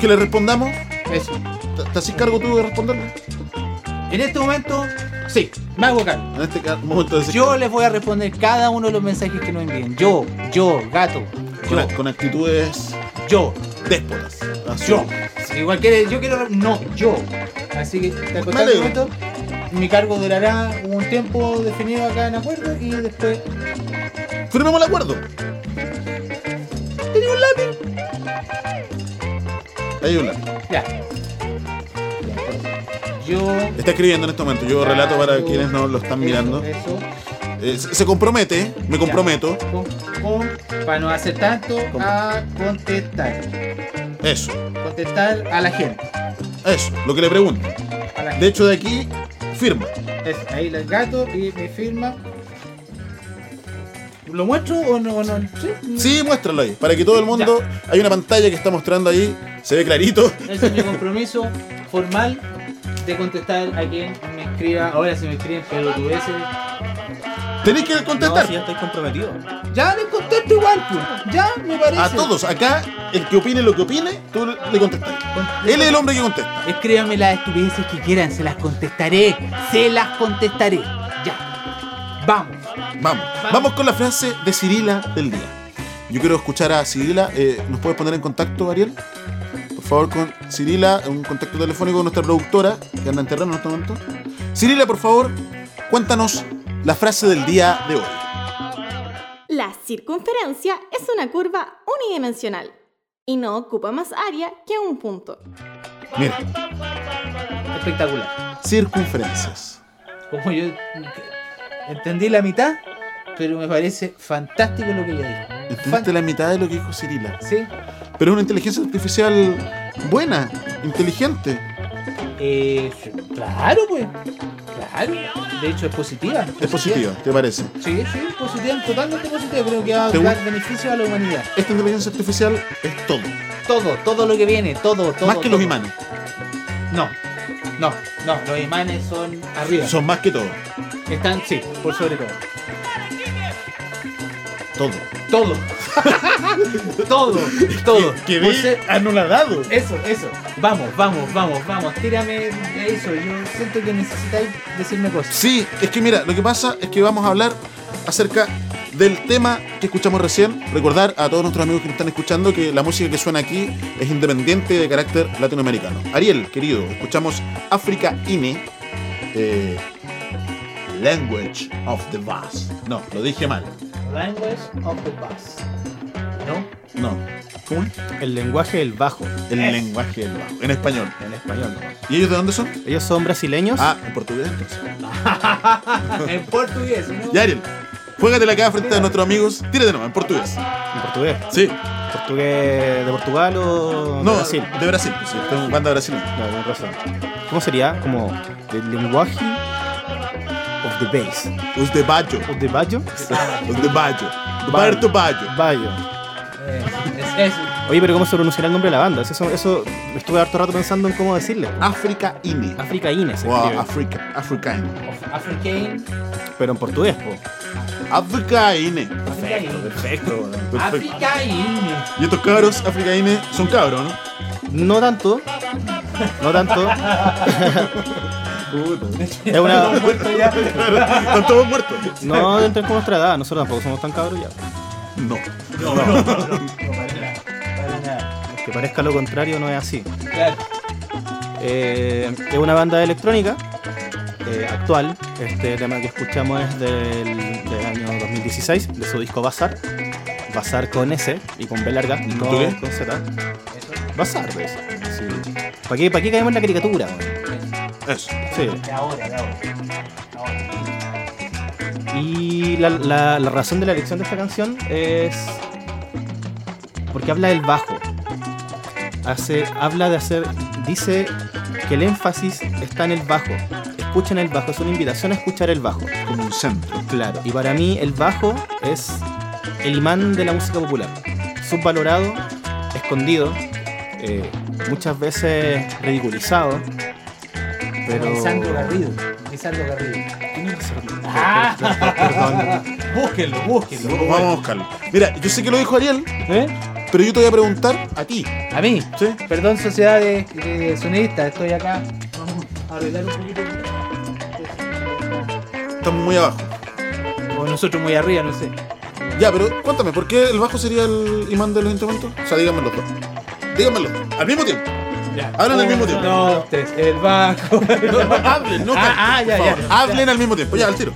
[SPEAKER 2] que le respondamos.
[SPEAKER 3] Eso.
[SPEAKER 2] ¿Te- ¿Te haces cargo tú de responderle?
[SPEAKER 3] En este momento, sí, me hago cargo.
[SPEAKER 2] En este ca- momento de decir-
[SPEAKER 3] Yo les voy a responder cada uno de los mensajes que nos envíen. Yo, yo, gato.
[SPEAKER 2] con,
[SPEAKER 3] Yo,
[SPEAKER 2] act- con actitudes
[SPEAKER 3] yo,
[SPEAKER 2] déspotas. Así.
[SPEAKER 3] yo. Igual que yo quiero. No, yo. Así que te acosté
[SPEAKER 2] Vale.
[SPEAKER 3] al momento. Mi cargo durará un tiempo definido acá en acuerdo y después.
[SPEAKER 2] Firmemos el acuerdo.
[SPEAKER 3] ¿Tenía un lápiz?
[SPEAKER 2] Ahí hay un lápiz.
[SPEAKER 3] Ya. Yo.
[SPEAKER 2] Está escribiendo en este momento. Yo relato para quienes no lo están
[SPEAKER 3] Eso,
[SPEAKER 2] mirando.
[SPEAKER 3] Eso.
[SPEAKER 2] Eh, se se compromete, me comprometo.
[SPEAKER 3] Con- con- para no hacer tanto, a contestar.
[SPEAKER 2] Eso,
[SPEAKER 3] Contestar a la gente.
[SPEAKER 2] eso, lo que le pregunto.
[SPEAKER 3] A la
[SPEAKER 2] De hecho, de aquí, firma.
[SPEAKER 3] Es, ahí el gato y mi firma. ¿Lo muestro o no? o no? Sí.
[SPEAKER 2] Sí, muéstralo ahí. Para que todo el mundo. Hay una pantalla que está mostrando ahí. Se ve clarito.
[SPEAKER 3] Ese es mi compromiso formal de contestar a quien me escriba. Ahora si me escriben pelotudeces.
[SPEAKER 2] Tenéis que
[SPEAKER 4] No,
[SPEAKER 2] contestar.
[SPEAKER 4] si ya estáis comprometido.
[SPEAKER 3] Ya les contesto igual, pues. Ya me parece.
[SPEAKER 2] A todos, acá, el que opine lo que opine, tú le contestas. Él es el hombre que contesta.
[SPEAKER 3] Escríbanme las estupideces que quieran, se las contestaré. Se las contestaré. Ya. Vamos.
[SPEAKER 2] Vamos. Vamos con la frase de Cirila del día. Yo quiero escuchar a Cirila. eh, ¿Nos puedes poner en contacto, Ariel? Por favor, con Cirila, un contacto telefónico con nuestra productora, que anda en terreno en este momento. Cirila, por favor, cuéntanos la frase del día de hoy.
[SPEAKER 1] La circunferencia es una curva unidimensional y no ocupa más área que un punto.
[SPEAKER 2] Mira,
[SPEAKER 3] Espectacular.
[SPEAKER 2] circunferencias.
[SPEAKER 3] Como yo entendí la mitad, pero me parece fantástico lo que ella dijo.
[SPEAKER 2] Entendiste la mitad de lo que dijo Cirila.
[SPEAKER 3] Sí.
[SPEAKER 2] Pero es una inteligencia artificial buena, inteligente.
[SPEAKER 3] Eh, claro, pues. Claro. De hecho, es positiva.
[SPEAKER 2] Es positiva, ¿te parece?
[SPEAKER 3] Sí, sí, positiva, totalmente positiva. Creo que va a
[SPEAKER 2] ¿Te
[SPEAKER 3] dar
[SPEAKER 2] gusta?
[SPEAKER 3] beneficio a la humanidad.
[SPEAKER 2] Esta inteligencia artificial es todo.
[SPEAKER 3] Todo, todo lo que viene, todo, todo.
[SPEAKER 2] más que los
[SPEAKER 3] todo.
[SPEAKER 2] imanes.
[SPEAKER 3] No, no, no. Los imanes son arriba.
[SPEAKER 2] Son más que todo.
[SPEAKER 3] Están, sí, por sobre todo.
[SPEAKER 2] Todo.
[SPEAKER 3] Todo. todo, todo.
[SPEAKER 2] Que
[SPEAKER 3] Por ser-
[SPEAKER 2] anulado.
[SPEAKER 3] Eso, eso. Vamos, vamos, vamos, vamos. Tírame de eso. Yo siento que necesitáis decirme cosas.
[SPEAKER 2] Sí, es que mira, lo que pasa es que vamos a hablar acerca del tema que escuchamos recién. Recordar a todos nuestros amigos que nos están escuchando que la música que suena aquí es independiente de carácter latinoamericano. Ariel, querido, escuchamos África Ine. eh, Language of the Bass. No, lo dije mal.
[SPEAKER 3] Language of the Bass. ¿No?
[SPEAKER 2] No. ¿Cómo es?
[SPEAKER 4] El lenguaje del bajo,
[SPEAKER 2] El lenguaje del bajo. En español.
[SPEAKER 4] en español. nomás.
[SPEAKER 2] ¿Y ellos de dónde son?
[SPEAKER 4] Ellos son brasileños.
[SPEAKER 2] Ah, en portugués entonces.
[SPEAKER 3] Ah, en portugués, ¿no?
[SPEAKER 2] Ya, Ariel, juégatela acá frente a nuestros amigos. Tírate nomás, en portugués.
[SPEAKER 4] En portugués.
[SPEAKER 2] Sí.
[SPEAKER 4] ¿Portugués de Portugal o de
[SPEAKER 2] No,
[SPEAKER 4] Brasil?
[SPEAKER 2] de Brasil. pues Sí, esto es una banda brasileña.
[SPEAKER 4] No, tenés razón. ¿Cómo sería? Como el lenguaje of the bass.
[SPEAKER 2] Os de Baggio.
[SPEAKER 4] Of the bajo.
[SPEAKER 2] Os de Baggio. Roberto Baggio.
[SPEAKER 4] Bayo.
[SPEAKER 3] Eh, Es, es,
[SPEAKER 4] Oye, pero ¿cómo se pronunciará el nombre de la banda? Eso, eso estuve harto rato pensando en cómo decirle.
[SPEAKER 2] África Ine.
[SPEAKER 4] África Ines,
[SPEAKER 2] O África. África Ine.
[SPEAKER 3] of African.
[SPEAKER 4] pero en portugués, po.
[SPEAKER 2] África Ine.
[SPEAKER 3] African.
[SPEAKER 4] Perfecto.
[SPEAKER 3] Ah,
[SPEAKER 2] Perfecto.
[SPEAKER 3] African.
[SPEAKER 2] Y estos cabros, África Ine, son cabros, ¿no?
[SPEAKER 4] No tanto. No tanto. es una.
[SPEAKER 2] Están todos muertos.
[SPEAKER 4] No entran con nuestra edad, nosotros tampoco somos tan cabros ya.
[SPEAKER 2] No.
[SPEAKER 3] Para nada.
[SPEAKER 4] Que parezca lo contrario no es así.
[SPEAKER 3] Claro.
[SPEAKER 4] Eh, es una banda de electrónica eh, actual. Este tema que escuchamos es del, del año 2016, de su disco Bazar. Bazar con S y con B larga, no
[SPEAKER 2] portugués?
[SPEAKER 4] con Z. Bazar, pues. Sí. ¿Para qué, ¿Para qué caemos en la caricatura? weón?
[SPEAKER 2] Eso.
[SPEAKER 4] Sí.
[SPEAKER 3] De ahora, de ahora. Ahora.
[SPEAKER 4] Y la, la- la razón de la elección de esta canción es porque habla del bajo. Hace, habla de hacer, dice que el énfasis está en el bajo. Es escuchen el bajo, es una invitación a escuchar el bajo.
[SPEAKER 2] como un centro.
[SPEAKER 4] Claro, y para mí el bajo es el imán de la música popular. Subvalorado, escondido, eh, muchas veces ridiculizado. Pero.
[SPEAKER 3] Lisandro Garrido. Lisandro Garrido.
[SPEAKER 4] ¿Quién es Lisandro?
[SPEAKER 3] Ah.
[SPEAKER 4] Per- per- per-
[SPEAKER 3] Búsquenlo, búsquenlo.
[SPEAKER 2] Vamos a buscarlo. Mira, yo sé que lo dijo Ariel,
[SPEAKER 3] ¿Eh?
[SPEAKER 2] pero yo te voy a preguntar a ti.
[SPEAKER 3] A mí.
[SPEAKER 2] ¿Sí?
[SPEAKER 3] Perdón, sociedad de, de sonidistas, estoy acá. Vamos a arreglar un poquito.
[SPEAKER 2] Estamos muy abajo.
[SPEAKER 3] O nosotros muy arriba, no sé.
[SPEAKER 2] Ya, pero cuéntame, ¿por qué el bajo sería el imán de los instrumentos? O sea, díganme los dos. Díganmelo, al mismo tiempo. Hablan al mismo tiempo.
[SPEAKER 3] Uno, dos, tres, el bajo.
[SPEAKER 2] Oh. Hablen, no canten,
[SPEAKER 3] Ah, ah, ya,
[SPEAKER 2] por
[SPEAKER 3] ya,
[SPEAKER 2] favor.
[SPEAKER 3] ya.
[SPEAKER 2] Hablen al mismo tiempo, ya, al tiro.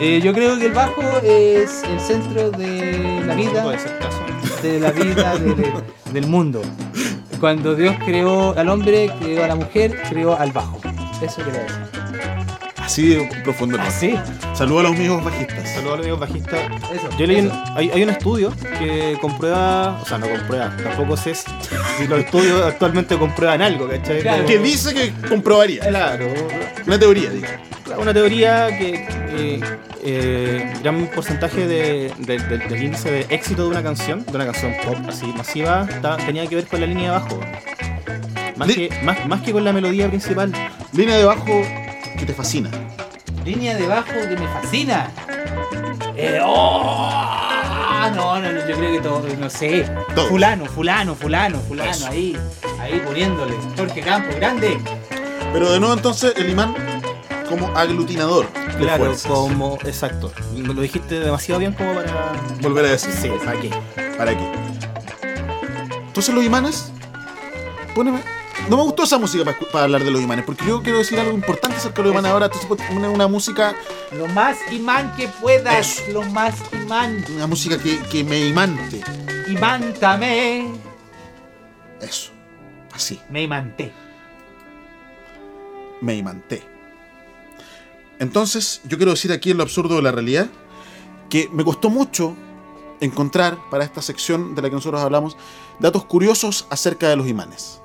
[SPEAKER 3] Eh, yo creo que el bajo es el centro de la vida.
[SPEAKER 4] puede ser caso.
[SPEAKER 3] de la vida del, del mundo. Cuando Dios creó al hombre, creó a la mujer, creó al bajo. Eso quiero decir.
[SPEAKER 2] Así de profundo.
[SPEAKER 3] ¿Ah,
[SPEAKER 2] el bajo. Saludos a los amigos bajistas.
[SPEAKER 4] Saludos a los amigos bajistas.
[SPEAKER 3] Eso.
[SPEAKER 4] Yo leí, un-
[SPEAKER 3] eso.
[SPEAKER 4] hay, hay un estudio que comprueba, o sea, no comprueba, tampoco sé si si los estudios actualmente comprueban algo, ¿cachai?
[SPEAKER 3] Claro.
[SPEAKER 2] Que dice que comprobaría.
[SPEAKER 4] Claro,
[SPEAKER 2] Una teoría, digo.
[SPEAKER 4] una teoría que eh, eh, gran porcentaje de- de- de- del índice de éxito de una canción, de una canción pop así masiva, ta- tenía que ver con la línea de bajo. Más
[SPEAKER 2] Li-
[SPEAKER 4] que, más, más que con la melodía principal.
[SPEAKER 2] Línea de bajo que te fascina.
[SPEAKER 3] Línea de bajo que me fascina. Eh, oh, no, no, no, yo creo que todo, no sé.
[SPEAKER 2] Todo.
[SPEAKER 3] Fulano, fulano, fulano, fulano, ahí, ahí poniéndole. Jorge Campo, grande.
[SPEAKER 2] Pero de nuevo entonces el imán como aglutinador de
[SPEAKER 4] Claro,
[SPEAKER 2] fuerzas.
[SPEAKER 4] como. Exacto. Lo dijiste demasiado bien como para.
[SPEAKER 2] Volver a decir.
[SPEAKER 4] Sí, ¿para qué?
[SPEAKER 2] ¿Para qué? Entonces los imanes. Póneme. No me gustó esa música para, hablar de los imanes, porque yo quiero decir algo importante acerca de los imanes ahora. Entonces una, una música,
[SPEAKER 3] Lo más imán que puedas, lo más imán.
[SPEAKER 2] una música que, que me imante.
[SPEAKER 3] Imántame.
[SPEAKER 2] Eso. Así.
[SPEAKER 3] Me imanté.
[SPEAKER 2] me imanté. Entonces, yo quiero decir aquí en lo absurdo de la realidad que me costó mucho encontrar para esta sección de la que nosotros hablamos datos curiosos acerca de los imanes.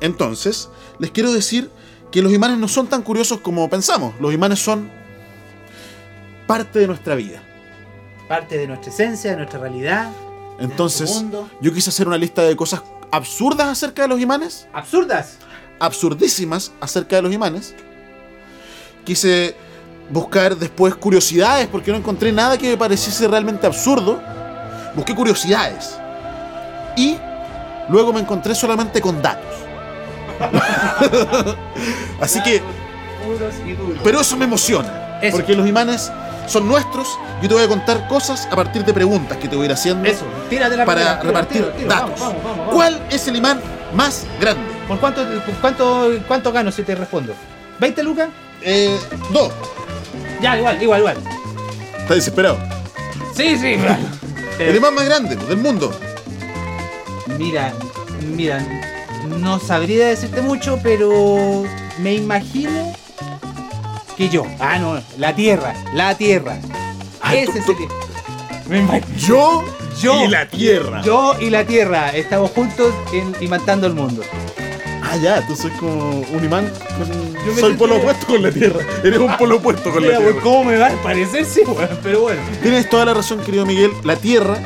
[SPEAKER 2] Entonces, les quiero decir que los imanes no son tan curiosos como pensamos. Los imanes son parte de nuestra vida.
[SPEAKER 3] parte de nuestra esencia, de nuestra realidad. de nuestro
[SPEAKER 2] Entonces,
[SPEAKER 3] mundo.
[SPEAKER 2] yo quise hacer una lista de cosas absurdas acerca de los imanes
[SPEAKER 3] absurdas.
[SPEAKER 2] absurdísimas acerca de los imanes. Quise buscar después curiosidades porque no encontré nada que me pareciese realmente absurdo. Busqué curiosidades. Y luego me encontré solamente con datos. Así que,
[SPEAKER 3] Puros y duros.
[SPEAKER 2] pero eso me emociona.
[SPEAKER 3] Eso.
[SPEAKER 2] Porque los imanes son nuestros. Yo te voy a contar cosas a partir de preguntas que te voy a ir haciendo
[SPEAKER 3] Eso, tírate la
[SPEAKER 2] para
[SPEAKER 3] primera, tira,
[SPEAKER 2] repartir
[SPEAKER 3] tira, tira,
[SPEAKER 2] datos.
[SPEAKER 3] vamos, vamos, vamos.
[SPEAKER 2] ¿Cuál es el imán más grande?
[SPEAKER 3] ¿Por cuánto, por cuánto, cuánto gano si te respondo? ¿20 lucas?
[SPEAKER 2] Eh, dos.
[SPEAKER 3] Ya, igual, igual, igual.
[SPEAKER 2] Está desesperado.
[SPEAKER 3] Sí, sí.
[SPEAKER 2] El imán más grande del mundo.
[SPEAKER 3] mira, mira, no sabría decirte mucho, pero me imagino que yo. Ah, no, la tierra, la tierra.
[SPEAKER 2] Ah,
[SPEAKER 3] Ese
[SPEAKER 2] tú-
[SPEAKER 3] es
[SPEAKER 2] tú-
[SPEAKER 3] el. Me imagino.
[SPEAKER 2] Yo,
[SPEAKER 3] Yo.
[SPEAKER 2] y la tierra.
[SPEAKER 3] Yo y la tierra estamos juntos en, imantando el mundo.
[SPEAKER 2] Ah, ya, tú sois como un imán. con-
[SPEAKER 3] Yo me
[SPEAKER 2] Soy polo
[SPEAKER 3] sentía-
[SPEAKER 2] opuesto con la tierra. Eres un polo opuesto con la
[SPEAKER 3] Mira, pues,
[SPEAKER 2] tierra.
[SPEAKER 3] ¿Cómo me va a parecer? Sí, weón, pero bueno.
[SPEAKER 2] Tienes toda la razón, querido Miguel. La tierra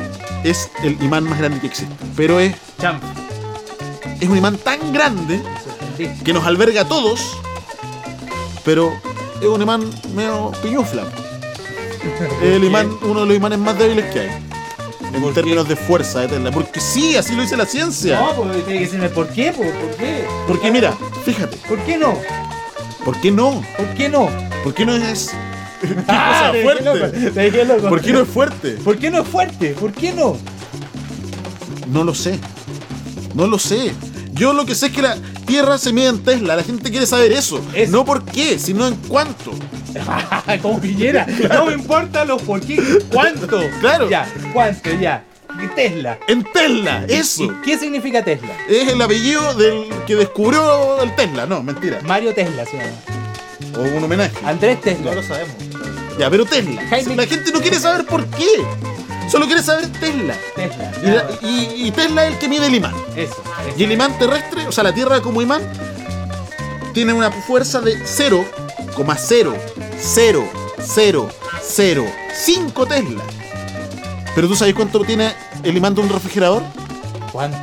[SPEAKER 2] es el imán más grande que existe. Pero es,
[SPEAKER 3] Champ,
[SPEAKER 2] es un imán tan grande
[SPEAKER 3] me sorprendí.
[SPEAKER 2] que nos alberga a todos. Pero es un imán medio piñufla. Es el imán, uno de los imanes más débiles que hay. En términos de fuerza de tela. Porque sí, así lo dice la ciencia.
[SPEAKER 3] No, pues tiene que decirme por qué, pues, por qué.
[SPEAKER 2] Porque mira, fíjate,
[SPEAKER 3] ¿Por qué no?
[SPEAKER 2] ¿por qué no?
[SPEAKER 3] ¿Por qué no?
[SPEAKER 2] ¿Por qué no es ¿Qué cosa
[SPEAKER 3] Ah, te dejé
[SPEAKER 2] fuerte?
[SPEAKER 3] loco, te dejé loco.
[SPEAKER 2] ¿Por qué no es fuerte?
[SPEAKER 3] ¿Por qué no es fuerte? ¿Por qué no?
[SPEAKER 2] No lo sé. No lo sé. Yo lo que sé es que la Tierra se mide en Tesla. La gente quiere saber eso.
[SPEAKER 3] Eso.
[SPEAKER 2] No por qué, sino en cuánto. Ah,
[SPEAKER 3] Como quisiera. No me importa los por qué. ¿Cuánto?
[SPEAKER 2] Claro.
[SPEAKER 3] Ya, ¿cuánto? Ya. Tesla.
[SPEAKER 2] En Tesla, eso.
[SPEAKER 3] ¿Y qué significa Tesla?
[SPEAKER 2] Es el apellido del que descubrió el Tesla. No, mentira.
[SPEAKER 3] Mario Tesla se llama.
[SPEAKER 2] O un homenaje.
[SPEAKER 3] Andrés
[SPEAKER 4] No
[SPEAKER 3] Tesla.
[SPEAKER 4] lo sabemos.
[SPEAKER 2] Ya, pero Tesla.
[SPEAKER 3] Jaime-
[SPEAKER 2] La gente no quiere saber por qué. Solo quiere saber Tesla.
[SPEAKER 3] Tesla.
[SPEAKER 2] Y, la- y- y Tesla es el que mide el imán.
[SPEAKER 3] Eso.
[SPEAKER 2] Y el imán terrestre, o sea, la Tierra como imán, tiene una fuerza de 0,00005 Tesla. Pero tú sabes cuánto tiene el imán de un refrigerador?
[SPEAKER 3] ¿Cuánto?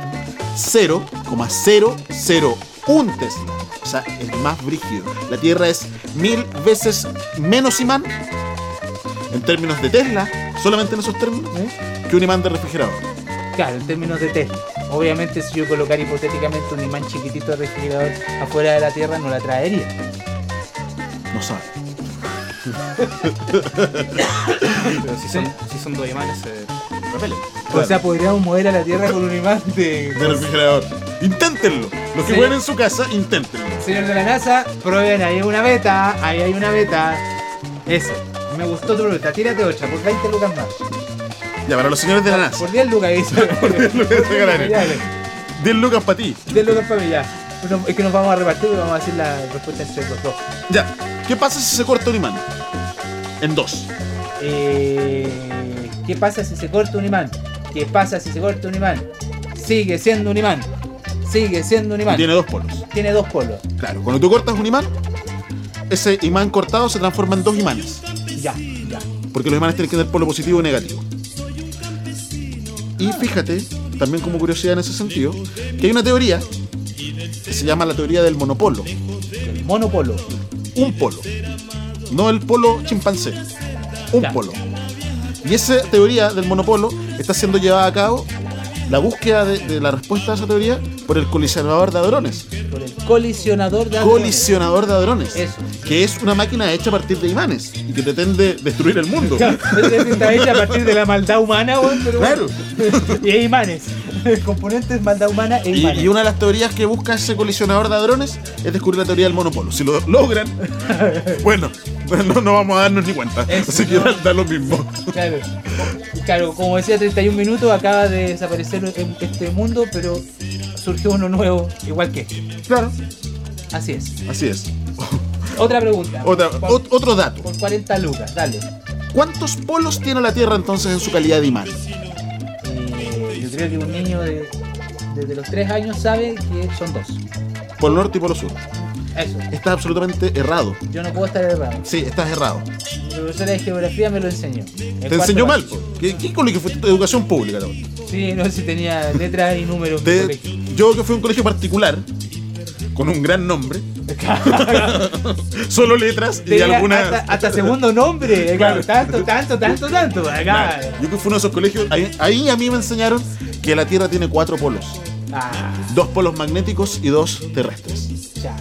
[SPEAKER 2] 0,001 Tesla. O sea, el más brígido. La Tierra es mil veces menos imán en términos de Tesla, solamente en esos términos, que un imán de refrigerador.
[SPEAKER 3] Claro, en términos de Tesla. Obviamente, si yo colocar hipotéticamente un imán chiquitito de refrigerador afuera de la Tierra, no la traería.
[SPEAKER 2] No sabe.
[SPEAKER 4] Pero si son, si son dos imanes, eh, se repelen.
[SPEAKER 3] O sea, podríamos mover a la Tierra con un imán de...
[SPEAKER 2] de refrigerador. Inténtenlo. Los que
[SPEAKER 3] Sí.
[SPEAKER 2] juegan en su casa, inténtenlo.
[SPEAKER 3] Señor de la NASA, prueben, ahí hay una beta, ahí hay una beta. Eso. Me gustó tu ruta, tírate otra, por 20 lucas más.
[SPEAKER 2] Ya, para los señores de la NASA.
[SPEAKER 3] Por 10 lucas, dice. Por 10
[SPEAKER 2] lucas te ganaron.
[SPEAKER 3] ya, dale.
[SPEAKER 2] 10 lucas para ti.
[SPEAKER 3] 10 lucas para mí, ya. Bueno, es que nos vamos a repartir y vamos a decir la respuesta entre los dos.
[SPEAKER 2] Ya. ¿Qué pasa si se corta un imán? En dos.
[SPEAKER 3] Eh, ¿Qué pasa si se corta un imán? ¿Qué pasa si se corta un imán? Sigue siendo un imán. Sigue siendo un
[SPEAKER 2] Y
[SPEAKER 3] imán.
[SPEAKER 2] tiene dos polos.
[SPEAKER 3] Tiene dos polos.
[SPEAKER 2] Claro, cuando tú cortas un imán, ese imán cortado se transforma en dos imanes.
[SPEAKER 3] Ya, ya.
[SPEAKER 2] Porque los imanes tienen que tener polo positivo y negativo. Y fíjate, también como curiosidad en ese sentido, que hay una teoría que se llama la teoría del monopolo.
[SPEAKER 3] El monopolo.
[SPEAKER 2] un polo. No el polo chimpancé. Un
[SPEAKER 3] Ya.
[SPEAKER 2] polo. Y esa teoría del monopolo está siendo llevada a cabo la búsqueda de, de la respuesta a esa teoría por el colisionador de hadrones.
[SPEAKER 3] Por el colisionador de hadrones.
[SPEAKER 2] Colisionador de hadrones.
[SPEAKER 3] Eso.
[SPEAKER 2] Que es una máquina hecha a partir de imanes y que pretende destruir el mundo.
[SPEAKER 3] Claro, ese está hecha a partir de la maldad humana, weón, pero bueno. Y hay imanes. Componentes maldad humana e
[SPEAKER 2] Y,
[SPEAKER 3] imanes.
[SPEAKER 2] y una de las teorías que busca ese colisionador de hadrones es descubrir la teoría del monopolo. Si lo logran, bueno, no, no vamos a darnos ni cuenta.
[SPEAKER 3] Eso,
[SPEAKER 2] Así que
[SPEAKER 3] ¿no?
[SPEAKER 2] da, da lo mismo.
[SPEAKER 3] Claro. Claro, como decía 31 minutos, acaba de desaparecer en este mundo, pero surgió uno nuevo, igual que. este.
[SPEAKER 2] Claro,
[SPEAKER 3] Así es.
[SPEAKER 2] así es.
[SPEAKER 3] Otra pregunta.
[SPEAKER 2] Otra-
[SPEAKER 3] Por-
[SPEAKER 2] ot- otro dato.
[SPEAKER 3] Por 40 lucas, dale.
[SPEAKER 2] ¿Cuántos polos tiene la Tierra entonces en su calidad de imán?
[SPEAKER 3] Eh, yo creo que un niño de, desde los 3 años sabe que son dos.
[SPEAKER 2] Polo norte y polo sur.
[SPEAKER 3] Eso.
[SPEAKER 2] Estás absolutamente errado.
[SPEAKER 3] Yo no puedo estar errado.
[SPEAKER 2] Sí, estás errado.
[SPEAKER 3] Mi profesora de geografía me lo enseñó.
[SPEAKER 2] Te enseñó mal. po. ¿Qué, qué colegio fue tu educación pública? la verdad?
[SPEAKER 3] Sí, no sé si tenía letras y números.
[SPEAKER 2] Te-
[SPEAKER 3] en el colegio.
[SPEAKER 2] yo que fui a un colegio particular, con un gran nombre, solo letras y
[SPEAKER 3] Tenía
[SPEAKER 2] algunas...
[SPEAKER 3] hasta, hasta segundo nombre. eh,
[SPEAKER 2] Claro.
[SPEAKER 3] claro, Tanto, tanto, tanto, tanto. Acá.
[SPEAKER 2] Claro, Yo que fui a uno de esos colegios, ahí, ahí a mí me enseñaron que la Tierra tiene cuatro polos.
[SPEAKER 3] Ah,
[SPEAKER 2] Dos polos magnéticos y dos terrestres.
[SPEAKER 3] chao.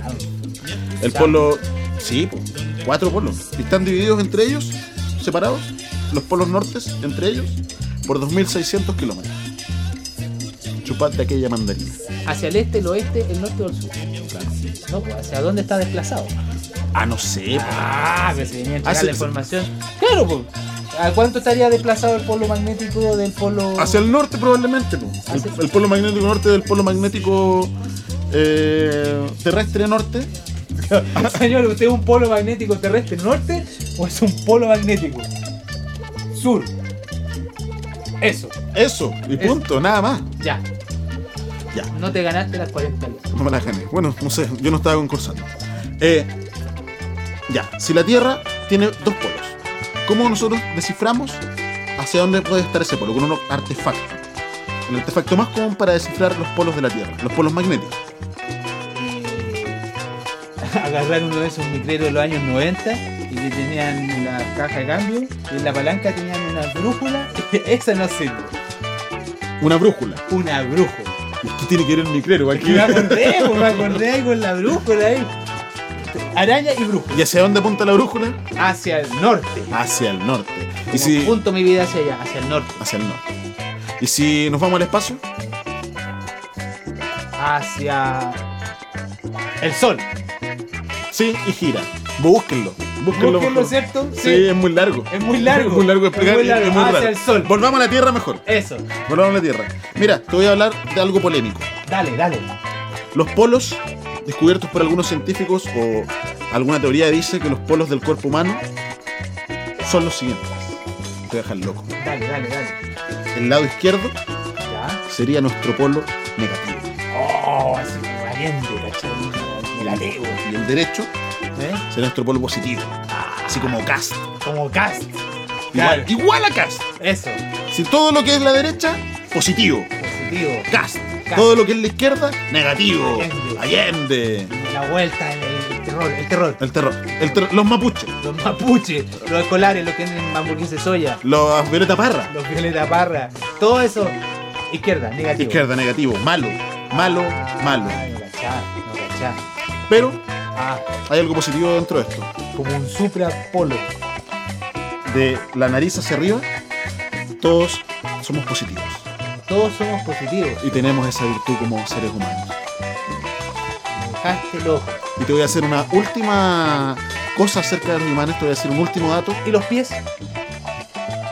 [SPEAKER 2] El
[SPEAKER 3] Chao.
[SPEAKER 2] polo. Sí, po, cuatro polos. Y están divididos entre ellos, separados, los polos nortes entre ellos, por 2.600 kilómetros. Chupate aquella mandarina.
[SPEAKER 3] Hacia el este, el oeste, el norte o el sur. No, pues, ¿hacia dónde está desplazado?
[SPEAKER 2] Ah, no sé, po.
[SPEAKER 3] Ah, que se venía a entregar
[SPEAKER 2] Hacia-
[SPEAKER 3] la información. Claro, pues. ¿A cuánto estaría desplazado el polo magnético del polo.
[SPEAKER 2] Hacia el norte probablemente, po.
[SPEAKER 3] Hacia-
[SPEAKER 2] El, el polo magnético norte del polo magnético eh, terrestre norte.
[SPEAKER 3] Señor, ¿usted es un polo magnético terrestre norte o es un polo magnético sur? Eso,
[SPEAKER 2] Eso, y
[SPEAKER 3] Eso.
[SPEAKER 2] punto, nada más.
[SPEAKER 3] ya.
[SPEAKER 2] Ya.
[SPEAKER 3] No te ganaste las 40 lucas.
[SPEAKER 2] No me la gané. Bueno, no sé, yo no estaba concursando. Eh, ya, si la Tierra tiene dos polos, ¿cómo nosotros desciframos hacia dónde puede estar ese polo? Con un artefacto. El artefacto más común para descifrar los polos de la Tierra, los polos magnéticos.
[SPEAKER 3] agarrar uno de esos micreros de los años 90 y que tenían la caja de cambio y en la palanca tenían una brújula. Esa no sirve,
[SPEAKER 2] Una brújula.
[SPEAKER 3] una brújula.
[SPEAKER 2] ¿Y qué tiene que ver el micrero?
[SPEAKER 3] Y me acordé, pues, me acordé ahí con la brújula ahí. Araña y brújula.
[SPEAKER 2] ¿Y hacia dónde apunta la brújula?
[SPEAKER 3] Hacia el norte.
[SPEAKER 2] Hacia el norte.
[SPEAKER 3] Como
[SPEAKER 2] Y si...
[SPEAKER 3] Punto mi vida hacia allá, hacia el norte.
[SPEAKER 2] Hacia el norte. ¿Y si nos vamos al espacio?
[SPEAKER 3] Hacia el sol.
[SPEAKER 2] Sí, y gira. Búsquenlo. Búsquenlo.
[SPEAKER 3] Búsquenlo,
[SPEAKER 2] mejor.
[SPEAKER 3] ¿cierto?
[SPEAKER 2] Sí, es muy largo.
[SPEAKER 3] Es muy largo.
[SPEAKER 2] Es muy largo de
[SPEAKER 3] Es
[SPEAKER 2] explicar.
[SPEAKER 3] muy largo.
[SPEAKER 2] es muy
[SPEAKER 3] Hacia
[SPEAKER 2] raro.
[SPEAKER 3] el sol.
[SPEAKER 2] Volvamos a la Tierra mejor.
[SPEAKER 3] Eso.
[SPEAKER 2] Volvamos a la Tierra. Mira, te voy a hablar de algo polémico.
[SPEAKER 3] Dale, dale.
[SPEAKER 2] Los polos, descubiertos por algunos científicos o alguna teoría dice que los polos del cuerpo humano son los siguientes. Te voy a dejar loco.
[SPEAKER 3] Dale, dale, dale.
[SPEAKER 2] El lado izquierdo
[SPEAKER 3] Ya.
[SPEAKER 2] sería nuestro polo negativo.
[SPEAKER 3] Oh, así como valiente, cachai.
[SPEAKER 2] el ateo y el derecho
[SPEAKER 3] ¿Eh?
[SPEAKER 2] será nuestro polo positivo. Así como cast.
[SPEAKER 3] Como cast.
[SPEAKER 2] Igual,
[SPEAKER 3] Claro.
[SPEAKER 2] igual a cast.
[SPEAKER 3] Eso.
[SPEAKER 2] Si todo lo que es la derecha, positivo.
[SPEAKER 3] Positivo.
[SPEAKER 2] Cast.
[SPEAKER 3] Cast.
[SPEAKER 2] Todo lo que es la izquierda, negativo.
[SPEAKER 3] Allende.
[SPEAKER 2] Allende.
[SPEAKER 3] La vuelta, el, el terror, el terror.
[SPEAKER 2] El terror. El terror. Los mapuches.
[SPEAKER 3] Los mapuches, los escolares, los que tienen hamburguesas de soya,
[SPEAKER 2] Los violeta parra.
[SPEAKER 3] los violeta parra, todo eso. Izquierda, negativo.
[SPEAKER 2] Izquierda, negativo. Malo. Malo, malo.
[SPEAKER 3] Ah, no cachá, no cachá.
[SPEAKER 2] Pero
[SPEAKER 3] Ah,
[SPEAKER 2] hay algo positivo dentro de esto.
[SPEAKER 3] como un supra polo.
[SPEAKER 2] De la nariz hacia arriba, todos somos positivos.
[SPEAKER 3] Todos somos positivos.
[SPEAKER 2] Y tenemos esa virtud como seres humanos.
[SPEAKER 3] Me Dejaste loco.
[SPEAKER 2] Y te voy a hacer una última cosa acerca de los imanes, te voy a decir un último dato.
[SPEAKER 3] ¿Y los pies?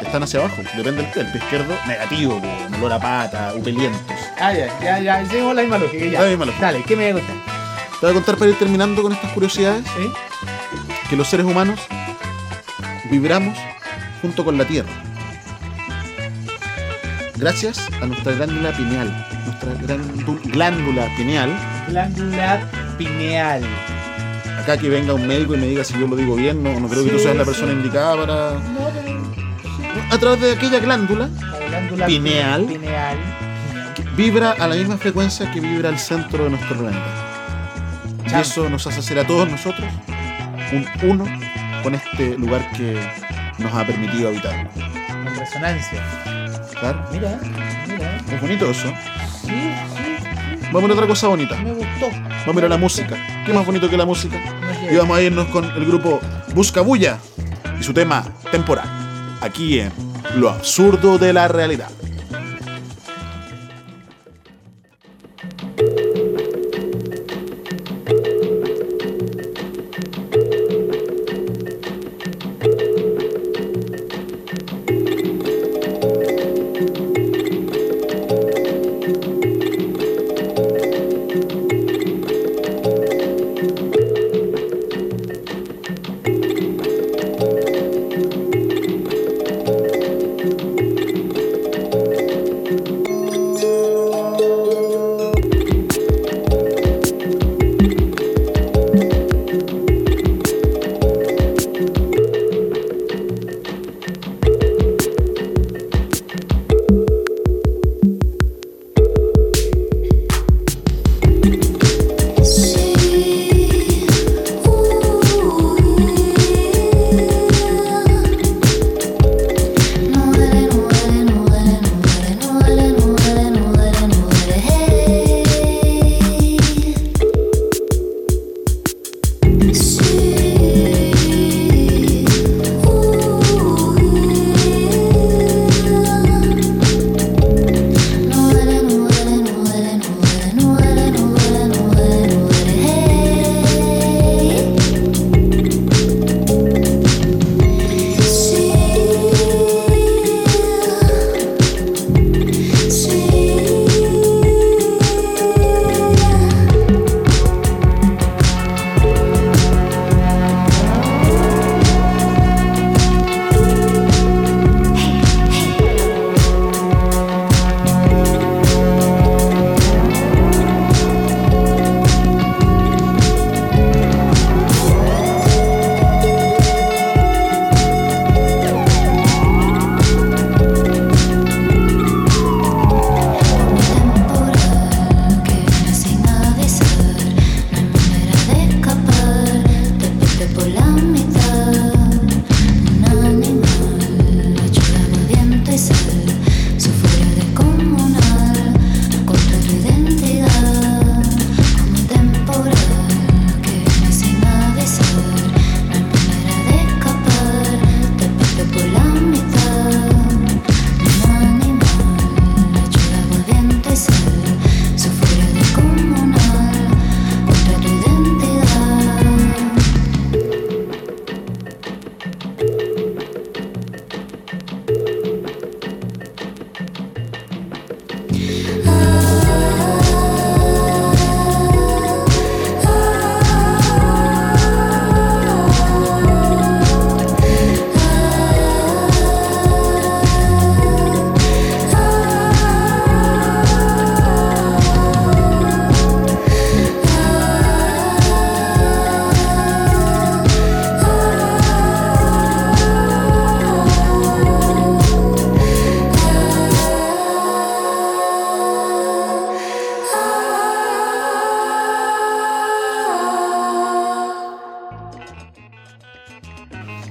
[SPEAKER 2] Están hacia abajo, depende del pie. El pie izquierdo, negativo, con olor a pata, upelientos.
[SPEAKER 3] Ah, ya, ya, ya. Hicimos la misma lógica. Ya.
[SPEAKER 2] La misma lógica.
[SPEAKER 3] Dale, ¿qué me voy a contar?
[SPEAKER 2] Te voy a contar para ir terminando con estas curiosidades
[SPEAKER 3] ¿Sí?
[SPEAKER 2] que los seres humanos vibramos junto con la Tierra. Gracias a nuestra glándula pineal. Nuestra grándu- glándula pineal.
[SPEAKER 3] Glándula pineal.
[SPEAKER 2] Acá que venga un médico y me diga si yo lo digo bien, no, no creo que tú
[SPEAKER 3] Sí,
[SPEAKER 2] seas la
[SPEAKER 3] sí.
[SPEAKER 2] persona indicada para...
[SPEAKER 3] No, pero-
[SPEAKER 2] A través de aquella glándula
[SPEAKER 3] la glándula
[SPEAKER 2] Pineal.
[SPEAKER 3] Pineal.
[SPEAKER 2] vibra a la misma frecuencia que vibra el centro de nuestro planeta. Y
[SPEAKER 3] Chao.
[SPEAKER 2] eso nos hace hacer a todos nosotros un uno con este lugar que nos ha permitido habitar.
[SPEAKER 3] Con resonancia.
[SPEAKER 2] ¿Claro?
[SPEAKER 3] Mira, mira.
[SPEAKER 2] Es bonito eso.
[SPEAKER 3] Sí, sí,
[SPEAKER 2] Vamos a ver otra cosa bonita.
[SPEAKER 3] sí. Me gustó.
[SPEAKER 2] Vamos a ir a la música. ¿Qué más bonito que la música?
[SPEAKER 3] No
[SPEAKER 2] Y
[SPEAKER 3] llegué.
[SPEAKER 2] vamos a irnos con el grupo Busca Bulla y su tema Temporal. Aquí en Lo Absurdo de la Realidad.